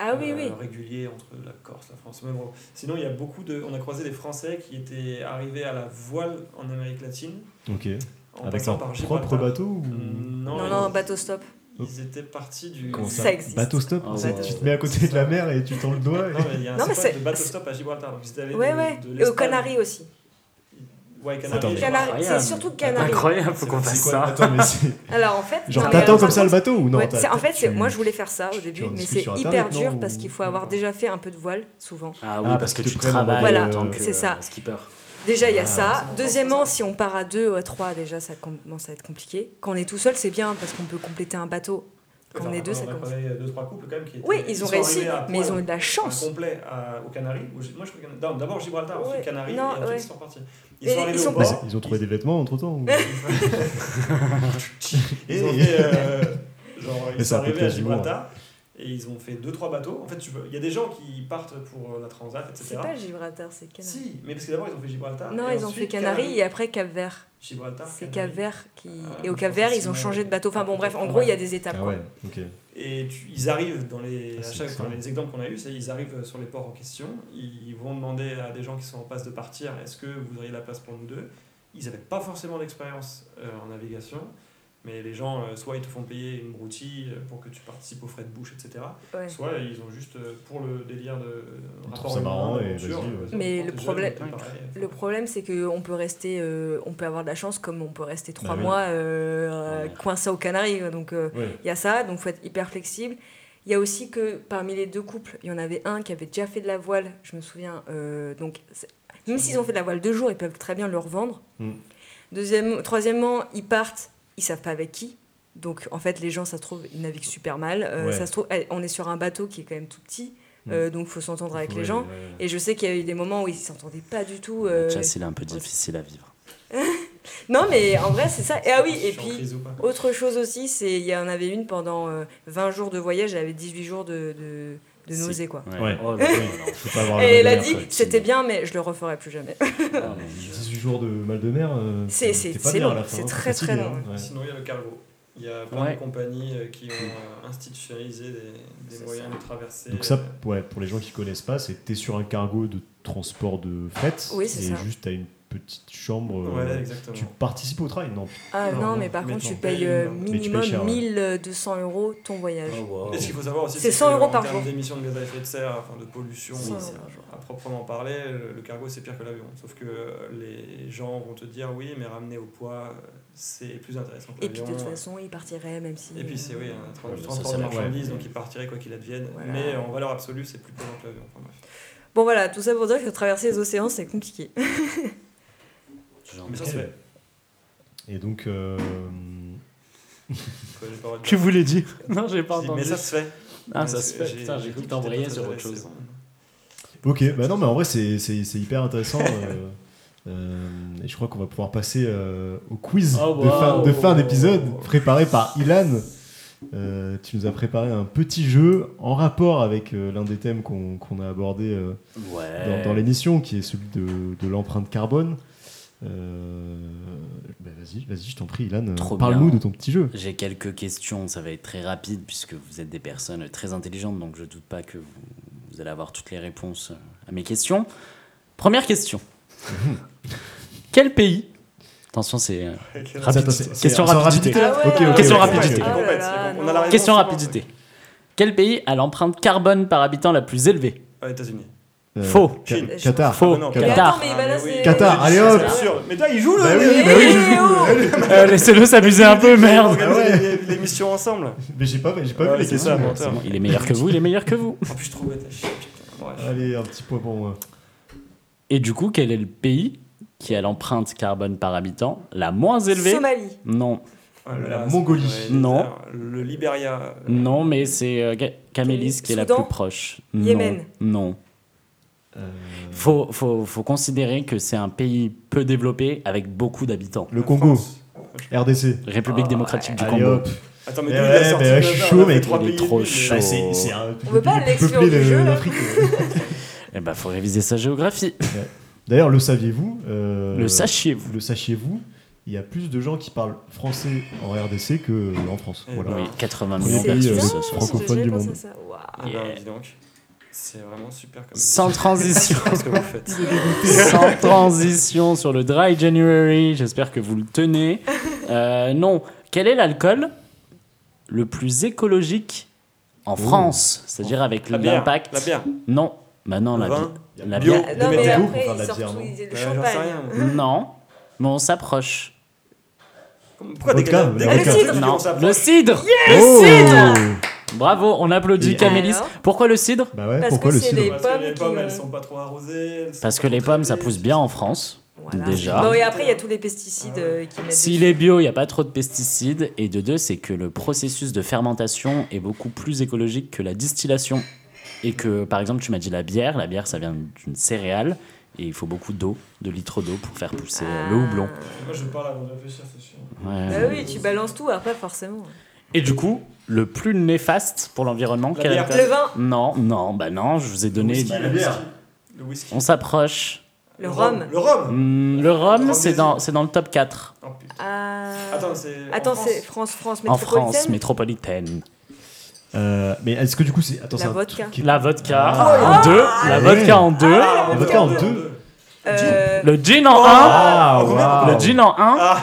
[SPEAKER 4] ah oui
[SPEAKER 3] euh,
[SPEAKER 4] oui,
[SPEAKER 3] réguliers entre la Corse, la France. Mais bon, sinon, il y a beaucoup de. On a croisé des Français qui étaient arrivés à la voile en Amérique latine.
[SPEAKER 1] ok.
[SPEAKER 3] En
[SPEAKER 1] Avec
[SPEAKER 3] passant
[SPEAKER 1] leur
[SPEAKER 3] par
[SPEAKER 1] propre
[SPEAKER 3] Gibraltar.
[SPEAKER 1] bateau ou...
[SPEAKER 3] Euh, Non,
[SPEAKER 4] non
[SPEAKER 3] ils-
[SPEAKER 4] non, bateau stop.
[SPEAKER 3] Ils étaient partis du.
[SPEAKER 1] Comment
[SPEAKER 4] ça
[SPEAKER 1] ça,
[SPEAKER 4] existe.
[SPEAKER 1] Bateau stop
[SPEAKER 2] Ah
[SPEAKER 1] C'est-
[SPEAKER 4] ouais.
[SPEAKER 1] Tu te mets à côté de la mer et tu tends le doigt.
[SPEAKER 3] Non, mais il y a un
[SPEAKER 4] Non, mais
[SPEAKER 3] spot
[SPEAKER 4] c'est-
[SPEAKER 3] de bateau stop à Gibraltar. Donc, ils allaient
[SPEAKER 4] Ouais
[SPEAKER 3] de-
[SPEAKER 4] ouais,
[SPEAKER 3] de
[SPEAKER 4] et aux
[SPEAKER 3] l'Espagne-
[SPEAKER 4] Canaries aussi.
[SPEAKER 3] Ouais, Canaries.
[SPEAKER 1] Attends, mais-
[SPEAKER 3] Gibraltar.
[SPEAKER 4] Canaries, c'est
[SPEAKER 2] Incroyable.
[SPEAKER 4] surtout Canaries.
[SPEAKER 2] Incroyable, faut qu'on
[SPEAKER 1] C'est
[SPEAKER 2] fasse
[SPEAKER 1] quoi-
[SPEAKER 2] ça.
[SPEAKER 1] Attends, mais c'est.
[SPEAKER 4] Alors en fait, non,
[SPEAKER 1] Genre,
[SPEAKER 4] mais
[SPEAKER 1] t'attends
[SPEAKER 4] par
[SPEAKER 1] comme ça le
[SPEAKER 4] contre,
[SPEAKER 1] bateau ou non
[SPEAKER 4] ouais,
[SPEAKER 1] t'as-
[SPEAKER 4] c'est- en fait, c'est-
[SPEAKER 1] tu-
[SPEAKER 4] moi je voulais faire ça au début,
[SPEAKER 1] en
[SPEAKER 4] mais
[SPEAKER 1] discutes
[SPEAKER 4] c'est
[SPEAKER 1] sur Internet,
[SPEAKER 4] hyper dur
[SPEAKER 1] non, ou-
[SPEAKER 4] parce qu'il faut avoir déjà fait un peu de voile, souvent.
[SPEAKER 2] Ah
[SPEAKER 1] Ah,
[SPEAKER 2] oui, parce
[SPEAKER 1] parce
[SPEAKER 2] que
[SPEAKER 1] qu'ils
[SPEAKER 2] tu
[SPEAKER 1] te prennent en
[SPEAKER 2] travailles
[SPEAKER 1] mode,
[SPEAKER 2] en tant
[SPEAKER 1] euh,
[SPEAKER 2] que
[SPEAKER 4] c'est ça.
[SPEAKER 2] euh, skipper.
[SPEAKER 4] Déjà, il y a
[SPEAKER 1] Ah.
[SPEAKER 4] ça. Deuxièmement, si on part à deux ou à trois, déjà, ça commence à être compliqué. Quand on est tout seul, c'est bien parce qu'on peut compléter un bateau. Quand on est deux, ça
[SPEAKER 3] On a
[SPEAKER 4] commence.
[SPEAKER 3] croisé deux, trois couples quand même qui étaient-
[SPEAKER 4] Oui, ils ont
[SPEAKER 3] sont
[SPEAKER 4] réussi,
[SPEAKER 3] arrivés à
[SPEAKER 4] mais ils
[SPEAKER 3] poil.
[SPEAKER 4] ont eu de la chance.
[SPEAKER 3] Un complet à- aux Canaries. où j'ai- moi, je crois qu'il y en a- non, D'abord Gibraltar,
[SPEAKER 4] Ouais,
[SPEAKER 3] ensuite Canaries,
[SPEAKER 4] non,
[SPEAKER 3] et ensuite
[SPEAKER 4] ouais.
[SPEAKER 3] ils sont partis.
[SPEAKER 4] Et
[SPEAKER 3] sont arrivés
[SPEAKER 4] ils sont
[SPEAKER 3] au
[SPEAKER 1] Bah,
[SPEAKER 4] pas-
[SPEAKER 1] c'est-
[SPEAKER 3] port.
[SPEAKER 1] ils ont trouvé des vêtements entre temps.
[SPEAKER 3] Ils ont fait, euh, genre,
[SPEAKER 1] Et
[SPEAKER 3] ils sont
[SPEAKER 1] ça,
[SPEAKER 3] arrivés
[SPEAKER 1] peut-être
[SPEAKER 3] à
[SPEAKER 1] quasiment,
[SPEAKER 3] Gibraltar et ils ont fait deux trois bateaux. En fait, tu peux- il y a des gens qui partent pour euh, la Transat,
[SPEAKER 4] C'est
[SPEAKER 3] etc.
[SPEAKER 4] pas Gibraltar, c'est Canaries.
[SPEAKER 3] Si, mais parce que d'abord ils ont fait Gibraltar.
[SPEAKER 4] Non,
[SPEAKER 3] et
[SPEAKER 4] ils ont
[SPEAKER 3] ensuite
[SPEAKER 4] fait Canaries et après Cap Vert.
[SPEAKER 3] Gibraltar.
[SPEAKER 4] C'est Cap
[SPEAKER 3] Canaries.
[SPEAKER 4] Vert qui.
[SPEAKER 3] Ah,
[SPEAKER 4] Et au
[SPEAKER 3] je
[SPEAKER 4] Cap
[SPEAKER 3] pense
[SPEAKER 4] Vert,
[SPEAKER 3] que
[SPEAKER 4] ils ont
[SPEAKER 3] sinon,
[SPEAKER 4] changé de
[SPEAKER 3] Ah,
[SPEAKER 4] bateau. Enfin bon, bref, en gros, il y a des étapes.
[SPEAKER 1] Ah
[SPEAKER 4] quoi.
[SPEAKER 1] ouais, ok.
[SPEAKER 3] Et tu- ils arrivent dans les,
[SPEAKER 1] Ah,
[SPEAKER 3] à
[SPEAKER 1] c'est
[SPEAKER 3] chaque, dans
[SPEAKER 1] excellent.
[SPEAKER 3] les exemples qu'on a eus, c'est ils arrivent sur les ports en question, ils vont demander à des gens qui sont en passe de partir est-ce que vous auriez la place pour nous deux Ils n'avaient pas forcément d'expérience euh, en navigation, mais les gens, euh, soit ils te font payer une broutille euh, pour que tu participes aux frais de bouche, etc.
[SPEAKER 4] Ouais.
[SPEAKER 3] Soit euh, ils ont juste euh, pour le délire de euh,
[SPEAKER 1] Ils
[SPEAKER 3] rapport
[SPEAKER 1] trouvent ça
[SPEAKER 3] humain,
[SPEAKER 1] marrant et
[SPEAKER 3] aventure,
[SPEAKER 1] vas-y,
[SPEAKER 3] euh,
[SPEAKER 1] ouais.
[SPEAKER 3] ça
[SPEAKER 4] Mais
[SPEAKER 3] porte
[SPEAKER 4] le
[SPEAKER 3] jeune,
[SPEAKER 4] problème-
[SPEAKER 3] t'es pareil, enfin,
[SPEAKER 4] Le problème, c'est qu'on peut rester, euh, on peut avoir de la chance, comme on peut rester trois
[SPEAKER 3] Bah
[SPEAKER 1] oui.
[SPEAKER 4] mois euh,
[SPEAKER 3] Ah,
[SPEAKER 2] Ouais.
[SPEAKER 4] coincé aux Canaries. Donc, euh,
[SPEAKER 1] Ouais.
[SPEAKER 4] Il y a ça, donc faut être hyper flexible. Il y a aussi que parmi les deux couples, il y en avait un qui avait déjà fait de la voile, je me souviens. euh, donc c'est- même s'ils ont fait de la voile deux jours, ils peuvent très bien le revendre.
[SPEAKER 3] Hmm.
[SPEAKER 1] Mm.
[SPEAKER 4] Deuxième, troisièmement, ils partent, ils savent pas avec qui. Donc en fait, les gens, ça se trouve, ils naviguent super mal. Euh,
[SPEAKER 1] Ouais.
[SPEAKER 4] Ça se trouve, eh, on est sur un bateau qui est quand même tout petit,
[SPEAKER 3] Hmm.
[SPEAKER 1] Mm.
[SPEAKER 4] euh, donc faut s'entendre avec les
[SPEAKER 1] Ouais,
[SPEAKER 4] gens.
[SPEAKER 1] ouais.
[SPEAKER 4] Et je sais qu'il y a eu des moments où ils s'entendaient pas du tout. euh,
[SPEAKER 2] La chasse, il est un peu difficile à vivre.
[SPEAKER 4] Non, mais en vrai, c'est ça. Et ah oui,
[SPEAKER 3] je
[SPEAKER 4] et
[SPEAKER 3] suis en
[SPEAKER 4] puis
[SPEAKER 3] crise ou pas.
[SPEAKER 4] autre chose aussi, c'est il y en avait une pendant euh, 20 jours de voyage, elle avait 18 jours de, de, de
[SPEAKER 2] Si.
[SPEAKER 4] nausées quoi.
[SPEAKER 1] Ouais.
[SPEAKER 2] Oh là là là.
[SPEAKER 1] Faut pas avoir la
[SPEAKER 4] Et elle a
[SPEAKER 1] galère,
[SPEAKER 4] dit
[SPEAKER 1] quoi.
[SPEAKER 4] c'était bien mais je le referai plus jamais.
[SPEAKER 2] Ah, mon Dieu.
[SPEAKER 1] 18 jours de mal de mer. euh,
[SPEAKER 4] C'est-
[SPEAKER 1] t'es
[SPEAKER 4] c'est-
[SPEAKER 1] pas
[SPEAKER 4] c'est
[SPEAKER 1] bien à
[SPEAKER 4] long,
[SPEAKER 1] la fin,
[SPEAKER 4] c'est
[SPEAKER 1] hein,
[SPEAKER 4] très,
[SPEAKER 1] t'es
[SPEAKER 4] très
[SPEAKER 1] fatigué,
[SPEAKER 4] long,
[SPEAKER 1] hein, ouais.
[SPEAKER 3] Sinon, il y a le cargo. Il y a plein
[SPEAKER 2] Ouais.
[SPEAKER 3] de compagnies euh, qui ont euh, institutionnalisé des, des
[SPEAKER 4] C'est
[SPEAKER 3] moyens
[SPEAKER 4] ça.
[SPEAKER 3] de traverser.
[SPEAKER 1] Donc ça,
[SPEAKER 3] euh,
[SPEAKER 1] ouais, pour les gens qui connaissent pas, c'est que t'es sur un cargo de transport de fret
[SPEAKER 4] Oui,
[SPEAKER 1] et
[SPEAKER 4] c'est ça.
[SPEAKER 1] juste t'as une petite chambre. euh,
[SPEAKER 3] Ouais, exactement.
[SPEAKER 1] tu participes au trail, non
[SPEAKER 4] Ah non,
[SPEAKER 3] Non, non,
[SPEAKER 4] mais par
[SPEAKER 3] mais
[SPEAKER 4] contre
[SPEAKER 3] t'en
[SPEAKER 4] tu payes
[SPEAKER 3] payes,
[SPEAKER 4] euh,
[SPEAKER 3] non.
[SPEAKER 1] Mais tu
[SPEAKER 4] minimum
[SPEAKER 1] payes cher, hein. ouais.
[SPEAKER 4] 1200 euros ton voyage.
[SPEAKER 2] Oh, wow.
[SPEAKER 3] Et ce qu'il faut savoir aussi,
[SPEAKER 4] C'est 100
[SPEAKER 3] que
[SPEAKER 4] euros
[SPEAKER 3] en
[SPEAKER 4] par
[SPEAKER 3] termes
[SPEAKER 4] jour.
[SPEAKER 3] d'émissions de gaz à effet de serre, enfin de pollution,
[SPEAKER 4] Oui,
[SPEAKER 3] euh,
[SPEAKER 4] c'est vrai.
[SPEAKER 3] à proprement parler, le, le cargo c'est pire que l'avion. Sauf que euh, les gens vont te dire oui, mais ramener au poids, euh, c'est plus intéressant que
[SPEAKER 4] Et puis
[SPEAKER 3] l'avion.
[SPEAKER 4] de toute façon, ils partiraient même si euh,
[SPEAKER 3] Et puis c'est oui, hein. un tra-
[SPEAKER 2] Ouais,
[SPEAKER 3] du
[SPEAKER 2] ça,
[SPEAKER 3] transport
[SPEAKER 2] c'est
[SPEAKER 3] de
[SPEAKER 2] la- ouais.
[SPEAKER 3] marchandises, donc ils partiraient quoi qu'il advienne.
[SPEAKER 4] Voilà.
[SPEAKER 3] Mais en valeur absolue, c'est plus pesant que l'avion. Enfin, bref.
[SPEAKER 4] Bon voilà, tout ça pour dire que traverser les océans c'est compliqué.
[SPEAKER 2] Genre,
[SPEAKER 3] Mais ça, c'est-
[SPEAKER 1] Et donc. euh,
[SPEAKER 3] quoi, j'ai pas le droit de
[SPEAKER 2] Que
[SPEAKER 3] dire.
[SPEAKER 2] voulais dire Non, j'ai pas
[SPEAKER 3] Je dis,
[SPEAKER 2] entendu.
[SPEAKER 3] Mais ça se fait.
[SPEAKER 2] Ah,
[SPEAKER 3] Parce
[SPEAKER 2] ça
[SPEAKER 3] que
[SPEAKER 2] se fait.
[SPEAKER 3] j'ai-
[SPEAKER 2] Putain, j'ai
[SPEAKER 3] j'ai
[SPEAKER 2] cru
[SPEAKER 3] dit
[SPEAKER 2] que t'embrayais
[SPEAKER 3] que
[SPEAKER 2] sur autre
[SPEAKER 3] t'étais
[SPEAKER 2] chose.
[SPEAKER 1] Ok, bah non, mais en vrai, c'est c'est- c'est hyper intéressant. euh, euh, et je crois qu'on va pouvoir passer euh, au quiz
[SPEAKER 2] Oh,
[SPEAKER 1] de
[SPEAKER 2] wow.
[SPEAKER 1] fin, de fin d'épisode préparé par Ilan. Euh, tu nous as préparé un petit jeu en rapport avec euh, l'un des thèmes qu'on qu'on a abordé euh, dans,
[SPEAKER 2] Ouais.
[SPEAKER 1] dans l'émission, qui est celui de, de l'empreinte carbone. Euh, bah, vas-y, vas-y, je t'en prie, Ilan. euh,
[SPEAKER 2] Trop
[SPEAKER 1] Parle-nous
[SPEAKER 2] bien.
[SPEAKER 1] de ton petit jeu.
[SPEAKER 2] J'ai quelques questions, ça va être très rapide puisque vous êtes des personnes très intelligentes, donc je doute pas que vous, vous allez avoir toutes les réponses euh, à mes questions. Première question. Quel pays Attention, c'est... euh,
[SPEAKER 3] Ah
[SPEAKER 2] Rapide.
[SPEAKER 1] Attends, c'est- c'est-
[SPEAKER 2] Question
[SPEAKER 1] c'est en
[SPEAKER 2] rapidité.
[SPEAKER 1] Ok, ok,
[SPEAKER 2] Question
[SPEAKER 1] ok, ok.
[SPEAKER 2] rapidité.
[SPEAKER 4] Ah là là, non.
[SPEAKER 3] On a la réponse
[SPEAKER 2] Question
[SPEAKER 3] souvent,
[SPEAKER 2] rapidité. Quel pays a l'empreinte carbone par habitant la plus élevée
[SPEAKER 3] Ah, États-Unis.
[SPEAKER 1] Euh,
[SPEAKER 2] Faux.
[SPEAKER 1] Ca-
[SPEAKER 4] Je-
[SPEAKER 1] Qatar.
[SPEAKER 2] Faux.
[SPEAKER 3] Ah, non,
[SPEAKER 4] Mais
[SPEAKER 2] Qatar.
[SPEAKER 4] attends, mais
[SPEAKER 3] Ah,
[SPEAKER 4] bah là,
[SPEAKER 3] mais oui.
[SPEAKER 4] c'est-
[SPEAKER 1] Qatar, allez hop.
[SPEAKER 3] C'est sûr. Mais là, ils jouent le.
[SPEAKER 1] Bah oui,
[SPEAKER 4] Eh,
[SPEAKER 1] bah oui, je joue.
[SPEAKER 4] oh
[SPEAKER 2] Euh, Laissez-le s'amuser un peu, merde
[SPEAKER 1] Ah ouais.
[SPEAKER 3] L'émission ensemble.
[SPEAKER 1] Mais j'ai pas, j'ai pas
[SPEAKER 3] Ouais,
[SPEAKER 1] vu les
[SPEAKER 3] c'est
[SPEAKER 1] questions.
[SPEAKER 3] ça,
[SPEAKER 1] moi.
[SPEAKER 3] bon.
[SPEAKER 2] C'est bon, Il est meilleur que vous, il est meilleur que vous.
[SPEAKER 3] En plus, je suis trop bête. à chier, putain. Bref.
[SPEAKER 1] Allez, un petit euh. point pour moi.
[SPEAKER 2] Et du coup, quel est le pays qui a l'empreinte carbone par habitant la moins élevée
[SPEAKER 4] Somalie.
[SPEAKER 2] Non.
[SPEAKER 3] Voilà,
[SPEAKER 1] La
[SPEAKER 3] Oh c'est-
[SPEAKER 1] Mongolie.
[SPEAKER 3] ouais,
[SPEAKER 2] Non.
[SPEAKER 3] déserts. Le Liberia. euh,
[SPEAKER 2] Non, mais c'est euh, Ga- Camélis qui est la
[SPEAKER 4] Soudan
[SPEAKER 2] plus proche.
[SPEAKER 4] Yémen.
[SPEAKER 2] Non. non.
[SPEAKER 1] Euh,
[SPEAKER 2] Faut, faut, faut considérer que c'est un pays peu développé avec beaucoup d'habitants.
[SPEAKER 1] Le
[SPEAKER 3] la
[SPEAKER 1] Congo,
[SPEAKER 3] France.
[SPEAKER 1] RDC.
[SPEAKER 2] République
[SPEAKER 4] Oh,
[SPEAKER 3] Ah,
[SPEAKER 2] démocratique du
[SPEAKER 1] Allez
[SPEAKER 2] Congo.
[SPEAKER 1] hop.
[SPEAKER 3] Attends, mais
[SPEAKER 1] Eh
[SPEAKER 3] d'où il
[SPEAKER 1] ouais,
[SPEAKER 3] a sorti
[SPEAKER 1] bah,
[SPEAKER 3] le
[SPEAKER 1] je suis
[SPEAKER 3] hasard,
[SPEAKER 1] chaud,
[SPEAKER 3] on a fait
[SPEAKER 1] mec,
[SPEAKER 3] trois
[SPEAKER 2] il est
[SPEAKER 3] pays
[SPEAKER 2] trop
[SPEAKER 3] et demi, mais-
[SPEAKER 2] chaud.
[SPEAKER 1] Bah, c'est c'est un
[SPEAKER 4] On veut pas
[SPEAKER 1] le plus
[SPEAKER 4] l'exclure
[SPEAKER 1] peuplé
[SPEAKER 4] du
[SPEAKER 1] de-
[SPEAKER 4] jeu, là.
[SPEAKER 1] d'Afrique.
[SPEAKER 2] Eh ben, faut réviser sa géographie.
[SPEAKER 3] Euh.
[SPEAKER 1] D'ailleurs, le saviez-vous euh,
[SPEAKER 2] Le sachiez-vous.
[SPEAKER 1] Le sachiez-vous Il y a plus de gens qui parlent français en RDC que en France.
[SPEAKER 3] Eh
[SPEAKER 1] Voilà.
[SPEAKER 3] ben,
[SPEAKER 2] Euh, Oui, 80
[SPEAKER 1] Premier
[SPEAKER 2] millions de
[SPEAKER 1] pays,
[SPEAKER 2] personnes.
[SPEAKER 1] euh,
[SPEAKER 2] ce soir.
[SPEAKER 1] francophone
[SPEAKER 4] J'ai
[SPEAKER 1] du
[SPEAKER 4] pensé à
[SPEAKER 1] monde.
[SPEAKER 4] ça. Waouh.
[SPEAKER 3] Eh ben,
[SPEAKER 2] Yeah.
[SPEAKER 3] dis donc, c'est vraiment super comme
[SPEAKER 2] Sans transition.
[SPEAKER 3] ce que vous faites.
[SPEAKER 2] Sans transition sur le Dry January, j'espère que vous le tenez. Euh, non, quel est l'alcool le plus écologique en France C'est-à-dire avec
[SPEAKER 3] La bière,
[SPEAKER 2] l'impact.
[SPEAKER 3] La bière.
[SPEAKER 2] Non, bah non,
[SPEAKER 3] Le
[SPEAKER 2] la,
[SPEAKER 3] vin.
[SPEAKER 1] Il y a
[SPEAKER 2] la
[SPEAKER 3] Bio.
[SPEAKER 2] bière.
[SPEAKER 1] Le
[SPEAKER 4] Non, mais
[SPEAKER 1] météo pour
[SPEAKER 4] après,
[SPEAKER 1] faire de
[SPEAKER 4] ils
[SPEAKER 1] la bière,
[SPEAKER 4] sortent
[SPEAKER 1] non
[SPEAKER 4] le
[SPEAKER 3] Ouais, Euh, j'en sais
[SPEAKER 4] champagne.
[SPEAKER 3] rien, moi.
[SPEAKER 2] Non, mais on s'approche.
[SPEAKER 1] Vodka,
[SPEAKER 3] Pourquoi dès qu'elle- dès
[SPEAKER 1] la
[SPEAKER 3] qu'elle
[SPEAKER 4] vodka.
[SPEAKER 3] sortit,
[SPEAKER 4] cidre.
[SPEAKER 2] Non,
[SPEAKER 3] on s'approche
[SPEAKER 2] le cidre
[SPEAKER 1] Oh
[SPEAKER 2] Bravo, on applaudit
[SPEAKER 1] Et
[SPEAKER 2] Camélis.
[SPEAKER 4] alors
[SPEAKER 2] Pourquoi le cidre
[SPEAKER 1] Bah ouais,
[SPEAKER 4] Parce
[SPEAKER 1] pourquoi
[SPEAKER 4] que
[SPEAKER 1] le
[SPEAKER 4] c'est
[SPEAKER 1] cidre
[SPEAKER 4] les-
[SPEAKER 3] Parce
[SPEAKER 4] pommes
[SPEAKER 3] que les
[SPEAKER 4] qui,
[SPEAKER 3] pommes,
[SPEAKER 4] euh,
[SPEAKER 3] elles sont pas trop arrosées. elles sont
[SPEAKER 2] Parce
[SPEAKER 3] pas
[SPEAKER 2] que
[SPEAKER 3] trop
[SPEAKER 2] les pommes, ça
[SPEAKER 3] traitées.
[SPEAKER 2] pousse bien en France.
[SPEAKER 4] Voilà.
[SPEAKER 2] Déjà.
[SPEAKER 4] Bon, et après, il y a tous les pesticides euh, qui mettent.
[SPEAKER 2] S'il
[SPEAKER 4] dessus.
[SPEAKER 2] est bio, il n'y a pas trop de pesticides. Et de deux, c'est que le processus de fermentation est beaucoup plus écologique que la distillation. Et que, par exemple, tu m'as dit la bière. La bière, ça vient d'une céréale. Et il faut beaucoup d'eau, de litres d'eau pour faire pousser euh, le
[SPEAKER 4] Ah.
[SPEAKER 2] houblon.
[SPEAKER 3] Moi, je parle avant de réfléchir, c'est sûr.
[SPEAKER 2] Ouais.
[SPEAKER 4] Bah oui, tu balances tout, après, forcément.
[SPEAKER 2] Et du coup, le plus néfaste pour l'environnement,
[SPEAKER 3] La
[SPEAKER 2] quel
[SPEAKER 3] bière.
[SPEAKER 2] alcool
[SPEAKER 4] Le vin,
[SPEAKER 2] Non, non, bah non, je vous ai donné.
[SPEAKER 3] whisky,
[SPEAKER 1] la bière.
[SPEAKER 3] Le whisky.
[SPEAKER 2] On s'approche.
[SPEAKER 4] le rhum.
[SPEAKER 3] Le rhum
[SPEAKER 2] Hmm, le rhum,
[SPEAKER 3] Rhum
[SPEAKER 2] c'est
[SPEAKER 3] des
[SPEAKER 2] dans,
[SPEAKER 3] îles.
[SPEAKER 2] c'est dans le top 4
[SPEAKER 3] Oh, putain.
[SPEAKER 4] Ah.
[SPEAKER 3] Attends, c'est. en
[SPEAKER 4] Attends,
[SPEAKER 3] France.
[SPEAKER 4] c'est France, France
[SPEAKER 2] en France
[SPEAKER 4] métropolitaine.
[SPEAKER 2] métropolitaine.
[SPEAKER 1] Euh, Mais est-ce que du coup, c'est. Attends,
[SPEAKER 4] La
[SPEAKER 1] c'est un
[SPEAKER 4] vodka.
[SPEAKER 1] truc qui-
[SPEAKER 2] La vodka
[SPEAKER 1] Ah.
[SPEAKER 2] en deux. La
[SPEAKER 1] Ah.
[SPEAKER 2] vodka en deux.
[SPEAKER 3] Ah,
[SPEAKER 1] Vodka en deux.
[SPEAKER 4] Euh,
[SPEAKER 2] Le gin en 1.
[SPEAKER 3] Oh.
[SPEAKER 1] Ah,
[SPEAKER 3] En combien
[SPEAKER 1] waouh.
[SPEAKER 2] Le gin en 1.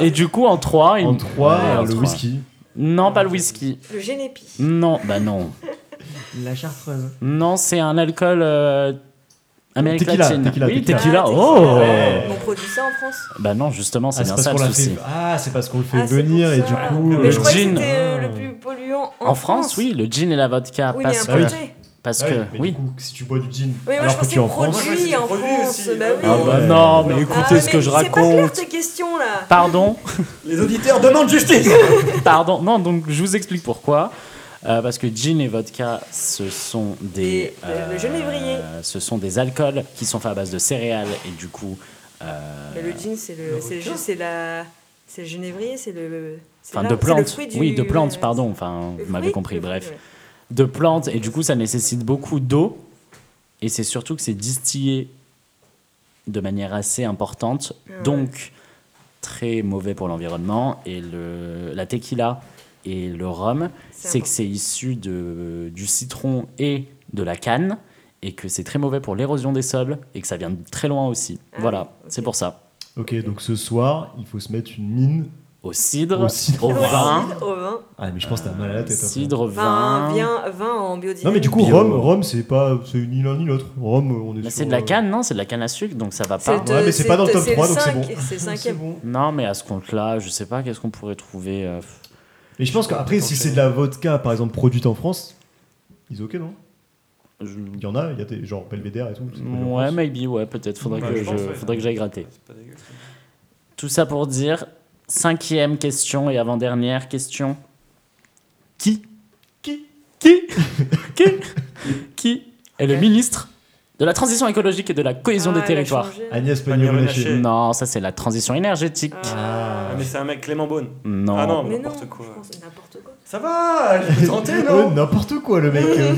[SPEAKER 2] Et du coup, en 3.
[SPEAKER 1] En 3,
[SPEAKER 2] Ouais, en
[SPEAKER 1] le
[SPEAKER 2] trois.
[SPEAKER 1] whisky.
[SPEAKER 2] Non, pas le whisky.
[SPEAKER 4] Le Génépi.
[SPEAKER 2] Non, bah non.
[SPEAKER 1] La chartreuse.
[SPEAKER 2] Non, c'est un alcool euh, Amérique
[SPEAKER 1] Tequila,
[SPEAKER 2] latine.
[SPEAKER 1] tequila,
[SPEAKER 2] oui,
[SPEAKER 1] tequila.
[SPEAKER 2] tequila.
[SPEAKER 4] Ah,
[SPEAKER 2] Oh
[SPEAKER 1] Ouais.
[SPEAKER 4] On produit ça en France
[SPEAKER 2] Bah non, justement, c'est
[SPEAKER 1] Ah, c'est
[SPEAKER 2] bien
[SPEAKER 1] parce
[SPEAKER 2] ça
[SPEAKER 1] qu'on
[SPEAKER 2] le
[SPEAKER 1] l'a
[SPEAKER 2] souci.
[SPEAKER 1] fait. Ah, c'est parce qu'on le fait
[SPEAKER 4] Ah, c'est
[SPEAKER 1] venir
[SPEAKER 4] pour
[SPEAKER 1] et
[SPEAKER 4] ça.
[SPEAKER 1] du coup.
[SPEAKER 4] Mais je
[SPEAKER 2] le
[SPEAKER 4] croyais
[SPEAKER 2] gin.
[SPEAKER 4] que c'était euh,
[SPEAKER 1] Ah.
[SPEAKER 4] le plus polluant en,
[SPEAKER 2] En, France, oui, le gin et la vodka.
[SPEAKER 4] Oui, mais
[SPEAKER 2] parce que.
[SPEAKER 4] importé.
[SPEAKER 2] Parce
[SPEAKER 1] Ouais,
[SPEAKER 2] que.
[SPEAKER 1] Ah mais
[SPEAKER 2] Oui.
[SPEAKER 1] Du coup, si tu bois du gin,
[SPEAKER 4] Oui, moi
[SPEAKER 1] alors
[SPEAKER 4] je
[SPEAKER 1] que
[SPEAKER 4] pensais
[SPEAKER 1] tu es en France.
[SPEAKER 3] Moi, je pensais
[SPEAKER 4] produit en
[SPEAKER 3] produit
[SPEAKER 4] France.
[SPEAKER 3] aussi. euh,
[SPEAKER 4] Bah oui.
[SPEAKER 2] Ah bah
[SPEAKER 1] Ouais.
[SPEAKER 2] non, mais
[SPEAKER 3] Ah,
[SPEAKER 2] écoutez
[SPEAKER 4] Ah,
[SPEAKER 2] ce que
[SPEAKER 4] mais
[SPEAKER 2] je
[SPEAKER 4] C'est pas clair
[SPEAKER 2] raconte.
[SPEAKER 4] tes questions là.
[SPEAKER 2] Pardon,
[SPEAKER 3] ah, Les auditeurs demandent justice
[SPEAKER 2] pardon. Non, donc je vous explique pourquoi. Euh, parce que gin et vodka, ce sont des. euh,
[SPEAKER 4] Des- le- le genévrier.
[SPEAKER 2] Ce sont des alcools qui sont faits à base de céréales et du coup. euh,
[SPEAKER 4] Mais le gin, c'est le,
[SPEAKER 3] le
[SPEAKER 4] c'est
[SPEAKER 3] vodka.
[SPEAKER 4] le, c'est la, c'est le génévrier, c'est le. c'est
[SPEAKER 2] Enfin,
[SPEAKER 4] l'arbre,
[SPEAKER 2] de
[SPEAKER 4] c'est le
[SPEAKER 2] plantes.
[SPEAKER 4] fruit du- euh,
[SPEAKER 2] Oui, de plantes,
[SPEAKER 4] ouais,
[SPEAKER 2] pardon. Enfin,
[SPEAKER 4] c'est- le
[SPEAKER 2] vous m'avez
[SPEAKER 4] fruit,
[SPEAKER 2] compris,
[SPEAKER 4] le fruit,
[SPEAKER 2] bref.
[SPEAKER 4] ouais.
[SPEAKER 2] De plantes, et du coup, ça nécessite beaucoup d'eau. Et c'est surtout que c'est distillé de manière assez importante.
[SPEAKER 4] Ouais.
[SPEAKER 2] Donc, très mauvais pour l'environnement. Et le, la tequila et le rhum, c'est que
[SPEAKER 4] important.
[SPEAKER 2] c'est issu de, du citron et de la canne. Et que c'est très mauvais pour l'érosion des sols. Et que ça vient de très loin aussi.
[SPEAKER 4] Ah
[SPEAKER 2] voilà,
[SPEAKER 4] oui, ok.
[SPEAKER 2] c'est pour ça.
[SPEAKER 1] Ok, donc ce soir, il faut se mettre une mine.
[SPEAKER 2] Au cidre,
[SPEAKER 1] Au cidre.
[SPEAKER 2] au
[SPEAKER 4] Au
[SPEAKER 2] vin.
[SPEAKER 4] cidre, Au vin.
[SPEAKER 1] Ah, mais je pense que t'as mal à la tête. après.
[SPEAKER 2] Cidre,
[SPEAKER 4] Vin,
[SPEAKER 2] vin.
[SPEAKER 4] vin, vin en biodynamie.
[SPEAKER 1] Non, mais du coup,
[SPEAKER 2] Bio.
[SPEAKER 1] Rome, Rome c'est pas. C'est ni l'un ni l'autre. Rome, on est
[SPEAKER 2] Mais
[SPEAKER 1] sur,
[SPEAKER 2] c'est de la
[SPEAKER 1] euh,
[SPEAKER 2] canne, non C'est de la canne à sucre, donc ça va
[SPEAKER 4] C'est
[SPEAKER 2] pas.
[SPEAKER 4] le
[SPEAKER 1] ah, Ouais, mais c'est pas dans le top
[SPEAKER 4] c'est
[SPEAKER 1] 3, donc Ah, c'est
[SPEAKER 4] cinq,
[SPEAKER 1] bon.
[SPEAKER 4] C'est le cinquième.
[SPEAKER 1] bon.
[SPEAKER 2] Non, mais à ce compte-là, je sais pas qu'est-ce qu'on pourrait trouver. euh,
[SPEAKER 1] Et je pense qu'après, si c'est de la vodka, par exemple, produite en France, ils ok, non
[SPEAKER 2] je-
[SPEAKER 1] Il y en a, il y a des, genre Belvédère et tout. c'est produit en
[SPEAKER 2] Ouais,
[SPEAKER 1] France.
[SPEAKER 2] maybe, ouais, peut-être. Faudrait
[SPEAKER 3] Bah,
[SPEAKER 2] que
[SPEAKER 3] je
[SPEAKER 2] je,
[SPEAKER 3] pense, ouais.
[SPEAKER 2] faudrait que j'aille gratter. Ah.
[SPEAKER 3] C'est pas dégueu. ça.
[SPEAKER 2] Tout ça pour dire cinquième question et avant-dernière question. Qui Qui Qui Qui Qui est le
[SPEAKER 4] Ok.
[SPEAKER 2] ministre de la transition écologique et de la cohésion
[SPEAKER 4] Ah,
[SPEAKER 2] des
[SPEAKER 4] elle a
[SPEAKER 2] territoires
[SPEAKER 4] changé.
[SPEAKER 1] Agnès Pannier-Runacher.
[SPEAKER 3] Pannier-Runacher.
[SPEAKER 2] Non, ça c'est la transition énergétique.
[SPEAKER 1] Ah.
[SPEAKER 3] Ah, mais c'est un mec, Clément Beaune.
[SPEAKER 2] Non.
[SPEAKER 3] Ah non,
[SPEAKER 4] Mais non,
[SPEAKER 3] n'importe quoi.
[SPEAKER 4] je pense n'importe quoi.
[SPEAKER 3] Ça va Je peux tenter,
[SPEAKER 1] Ouais,
[SPEAKER 3] non
[SPEAKER 1] N'importe quoi, le mec. euh,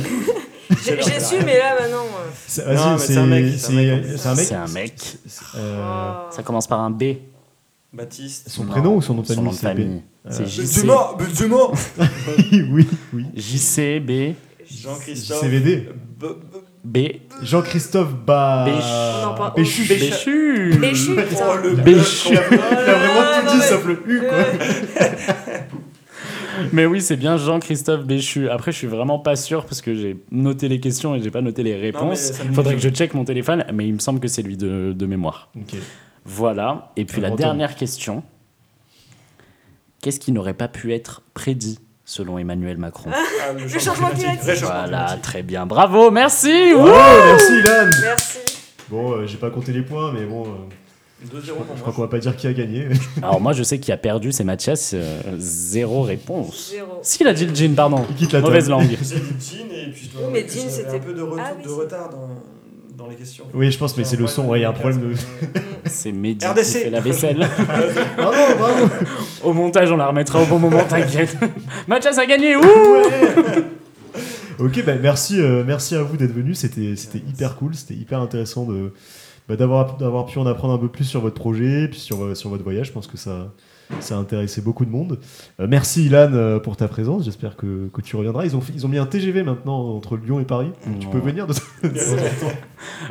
[SPEAKER 4] J'ai j'ai su, mais là maintenant. euh,
[SPEAKER 1] c'est-
[SPEAKER 3] Non,
[SPEAKER 1] Vas-y,
[SPEAKER 3] mais c'est un mec,
[SPEAKER 1] c'est- c'est c'est un mec.
[SPEAKER 2] C'est un mec.
[SPEAKER 1] Euh,
[SPEAKER 4] oh.
[SPEAKER 2] Ça commence par un B.
[SPEAKER 3] Baptiste.
[SPEAKER 1] Son
[SPEAKER 2] Non.
[SPEAKER 1] prénom ou son nom de
[SPEAKER 2] Son nom
[SPEAKER 1] famille
[SPEAKER 2] de
[SPEAKER 1] c'est B.
[SPEAKER 2] famille. C'est
[SPEAKER 1] Euh,
[SPEAKER 2] JC.
[SPEAKER 3] mort Mais c'est mort
[SPEAKER 1] Oui, oui.
[SPEAKER 2] JCB.
[SPEAKER 3] Jean-Christophe.
[SPEAKER 1] CVD.
[SPEAKER 3] B- b-
[SPEAKER 2] B.
[SPEAKER 1] Jean-Christophe Ba...
[SPEAKER 2] Béch-
[SPEAKER 4] On en parle-
[SPEAKER 1] Béchu.
[SPEAKER 3] Béch-
[SPEAKER 2] Béchu.
[SPEAKER 4] Béchu, putain.
[SPEAKER 3] Oh, le
[SPEAKER 2] Béchu.
[SPEAKER 3] bluff,
[SPEAKER 1] Il a vraiment
[SPEAKER 4] non,
[SPEAKER 1] tout dit,
[SPEAKER 4] mais-
[SPEAKER 1] sauf le U, quoi.
[SPEAKER 2] Mais oui, c'est bien Jean-Christophe Béchu. Après, je suis vraiment pas sûr parce que j'ai noté les questions et j'ai pas noté les réponses.
[SPEAKER 3] ça me
[SPEAKER 2] Faudrait
[SPEAKER 3] dit-
[SPEAKER 2] que je check mon téléphone, mais il me semble que c'est lui de, de mémoire.
[SPEAKER 1] Ok.
[SPEAKER 2] Voilà. Et puis
[SPEAKER 1] Un
[SPEAKER 2] la
[SPEAKER 1] grand
[SPEAKER 2] dernière question. Qu'est-ce qui n'aurait pas pu être prédit selon Emmanuel Macron
[SPEAKER 3] Ah,
[SPEAKER 4] Le changement climatique.
[SPEAKER 3] Réchauffement
[SPEAKER 2] Voilà,
[SPEAKER 3] climatique.
[SPEAKER 2] très bien. Bravo, merci.
[SPEAKER 1] Oh, merci, Ilan
[SPEAKER 4] Merci.
[SPEAKER 1] Bon, euh, j'ai pas compté les points, mais bon... euh, Je
[SPEAKER 3] 2-0
[SPEAKER 1] crois-
[SPEAKER 3] pour
[SPEAKER 1] je
[SPEAKER 3] moi.
[SPEAKER 1] crois qu'on va pas dire qui a gagné.
[SPEAKER 2] Alors moi, je sais qui a perdu, c'est Mathias. euh, zéro réponse.
[SPEAKER 4] Zéro.
[SPEAKER 2] S'il a dit le jean, pardon.
[SPEAKER 1] Il quitte la table.
[SPEAKER 2] Mauvaise langue.
[SPEAKER 3] J'ai dit Jean et puis je dois
[SPEAKER 4] Oui,
[SPEAKER 3] avouer
[SPEAKER 4] mais
[SPEAKER 3] que
[SPEAKER 4] Jean,
[SPEAKER 3] j'avais
[SPEAKER 4] c'était-
[SPEAKER 3] un peu de, retour-
[SPEAKER 4] Ah oui,
[SPEAKER 3] de
[SPEAKER 4] c'est-
[SPEAKER 3] retard dans, dans les questions.
[SPEAKER 1] Oui, je pense, mais c'est le son. Ouais, Il y a un problème de.
[SPEAKER 2] C'est Mehdi qui
[SPEAKER 3] RDC.
[SPEAKER 2] fait la vaisselle.
[SPEAKER 1] Bravo, bravo
[SPEAKER 2] au montage, on la remettra au bon moment, t'inquiète. Mathias a gagné, ouh
[SPEAKER 1] Ok, bah, merci, euh, merci à vous d'être venus. C'était, c'était hyper cool, c'était hyper intéressant de, bah, d'avoir, d'avoir pu en apprendre un peu plus sur votre projet, puis sur, euh, sur votre voyage. Je pense que ça, ça a intéressé beaucoup de monde. Euh, merci Ilan euh, pour ta présence. J'espère que, que tu reviendras. Ils ont, fait- ils ont mis un TGV maintenant entre Lyon et Paris. Tu
[SPEAKER 2] Non.
[SPEAKER 1] peux venir de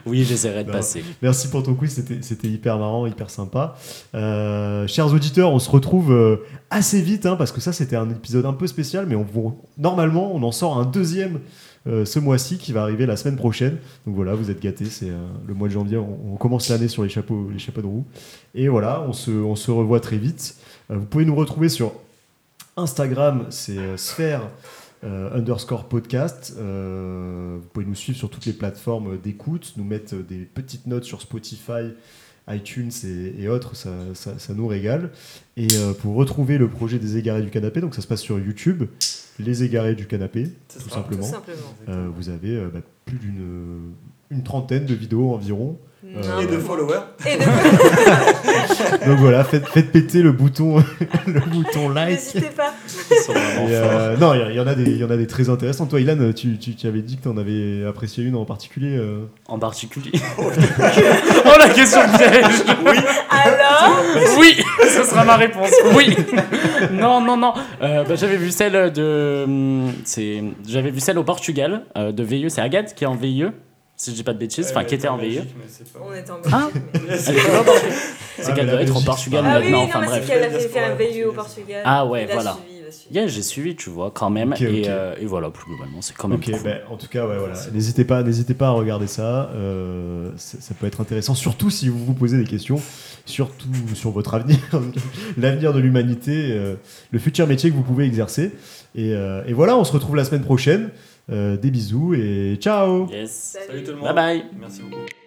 [SPEAKER 2] Oui, j'essaierai de
[SPEAKER 1] Non.
[SPEAKER 2] passer.
[SPEAKER 1] Merci pour ton quiz, c'était- c'était hyper marrant, hyper sympa. Euh, chers auditeurs, on se retrouve euh, assez vite, hein, parce que ça c'était un épisode un peu spécial, mais on, vous- normalement on en sort un deuxième euh, ce mois-ci qui va arriver la semaine prochaine. Donc voilà, vous êtes gâtés, c'est euh, le mois de janvier, on, on commence l'année sur les chapeaux, les chapeaux de roue. Et voilà, on se, on se revoit très vite. Euh, vous pouvez nous retrouver sur Instagram, c'est euh, sphère. euh, underscore podcast. Euh, vous pouvez nous suivre sur toutes les plateformes d'écoute, nous mettre des petites notes sur Spotify, iTunes et, et autres, ça, ça- ça nous régale. Et euh, pour retrouver le projet des égarés du canapé, donc ça se passe sur YouTube, les égarés du canapé,
[SPEAKER 3] C'est
[SPEAKER 1] tout
[SPEAKER 3] ça.
[SPEAKER 4] Tout
[SPEAKER 1] simplement.
[SPEAKER 4] simplement.
[SPEAKER 1] Euh, vous avez euh, bah, plus d'une une trentaine de vidéos environ. Euh,
[SPEAKER 3] Et de followers.
[SPEAKER 4] Et de-
[SPEAKER 1] Donc voilà, faites, faites péter le bouton, le bouton like.
[SPEAKER 4] N'hésitez pas.
[SPEAKER 2] Ils sont vraiment
[SPEAKER 1] Et,
[SPEAKER 2] forts.
[SPEAKER 1] euh, non, il y, en a des- il y en a des très intéressantes. Toi, Ilan, tu, tu, tu avais dit que tu en avais apprécié une en particulier. euh.
[SPEAKER 2] En particulier. oh la question piège
[SPEAKER 4] Alors
[SPEAKER 2] Oui, ce sera ma réponse. Oui. Non, non, non. Euh, bah, j'avais vu celle de, hum, c'est, j'avais vu celle au Portugal euh, de VIE. C'est Agathe qui est en VIE, si je dis pas de bêtises. Enfin, qui était en VIE.
[SPEAKER 4] On est en
[SPEAKER 2] Ah.
[SPEAKER 4] Belgique. mais-
[SPEAKER 2] Elle était pas au Portugal.
[SPEAKER 1] Ah,
[SPEAKER 2] C'est
[SPEAKER 1] mais
[SPEAKER 2] qu'elle
[SPEAKER 1] la
[SPEAKER 2] doit être au
[SPEAKER 1] Belgique,
[SPEAKER 2] Portugal
[SPEAKER 1] c'est pas-
[SPEAKER 4] Ah oui,
[SPEAKER 2] maintenant.
[SPEAKER 4] oui,
[SPEAKER 2] enfin
[SPEAKER 4] non, mais c'est
[SPEAKER 2] bref.
[SPEAKER 4] qu'elle a fait faire un
[SPEAKER 3] Diaspora
[SPEAKER 4] VU au
[SPEAKER 3] portugaise.
[SPEAKER 4] Portugal.
[SPEAKER 2] Ah ouais,
[SPEAKER 4] Il a
[SPEAKER 2] voilà.
[SPEAKER 4] suivi, il a suivi.
[SPEAKER 2] Yeah, j'ai suivi, tu vois, quand même.
[SPEAKER 1] Ok,
[SPEAKER 2] et,
[SPEAKER 1] ok.
[SPEAKER 2] euh, et voilà, plus globalement, c'est quand même.
[SPEAKER 1] Ok,
[SPEAKER 2] cool.
[SPEAKER 1] ben, en tout cas, ouais, voilà. N'hésitez pas, n'hésitez pas à regarder ça. euh, ça. ça peut être intéressant, surtout si vous vous posez des questions, surtout sur votre avenir, l'avenir de l'humanité, euh, le futur métier que vous pouvez exercer. Et, euh, et voilà, on se retrouve la semaine prochaine. Euh, des bisous et ciao.
[SPEAKER 2] Yes.
[SPEAKER 3] Salut tout le
[SPEAKER 2] Bye
[SPEAKER 3] monde.
[SPEAKER 2] bye.
[SPEAKER 3] Merci beaucoup.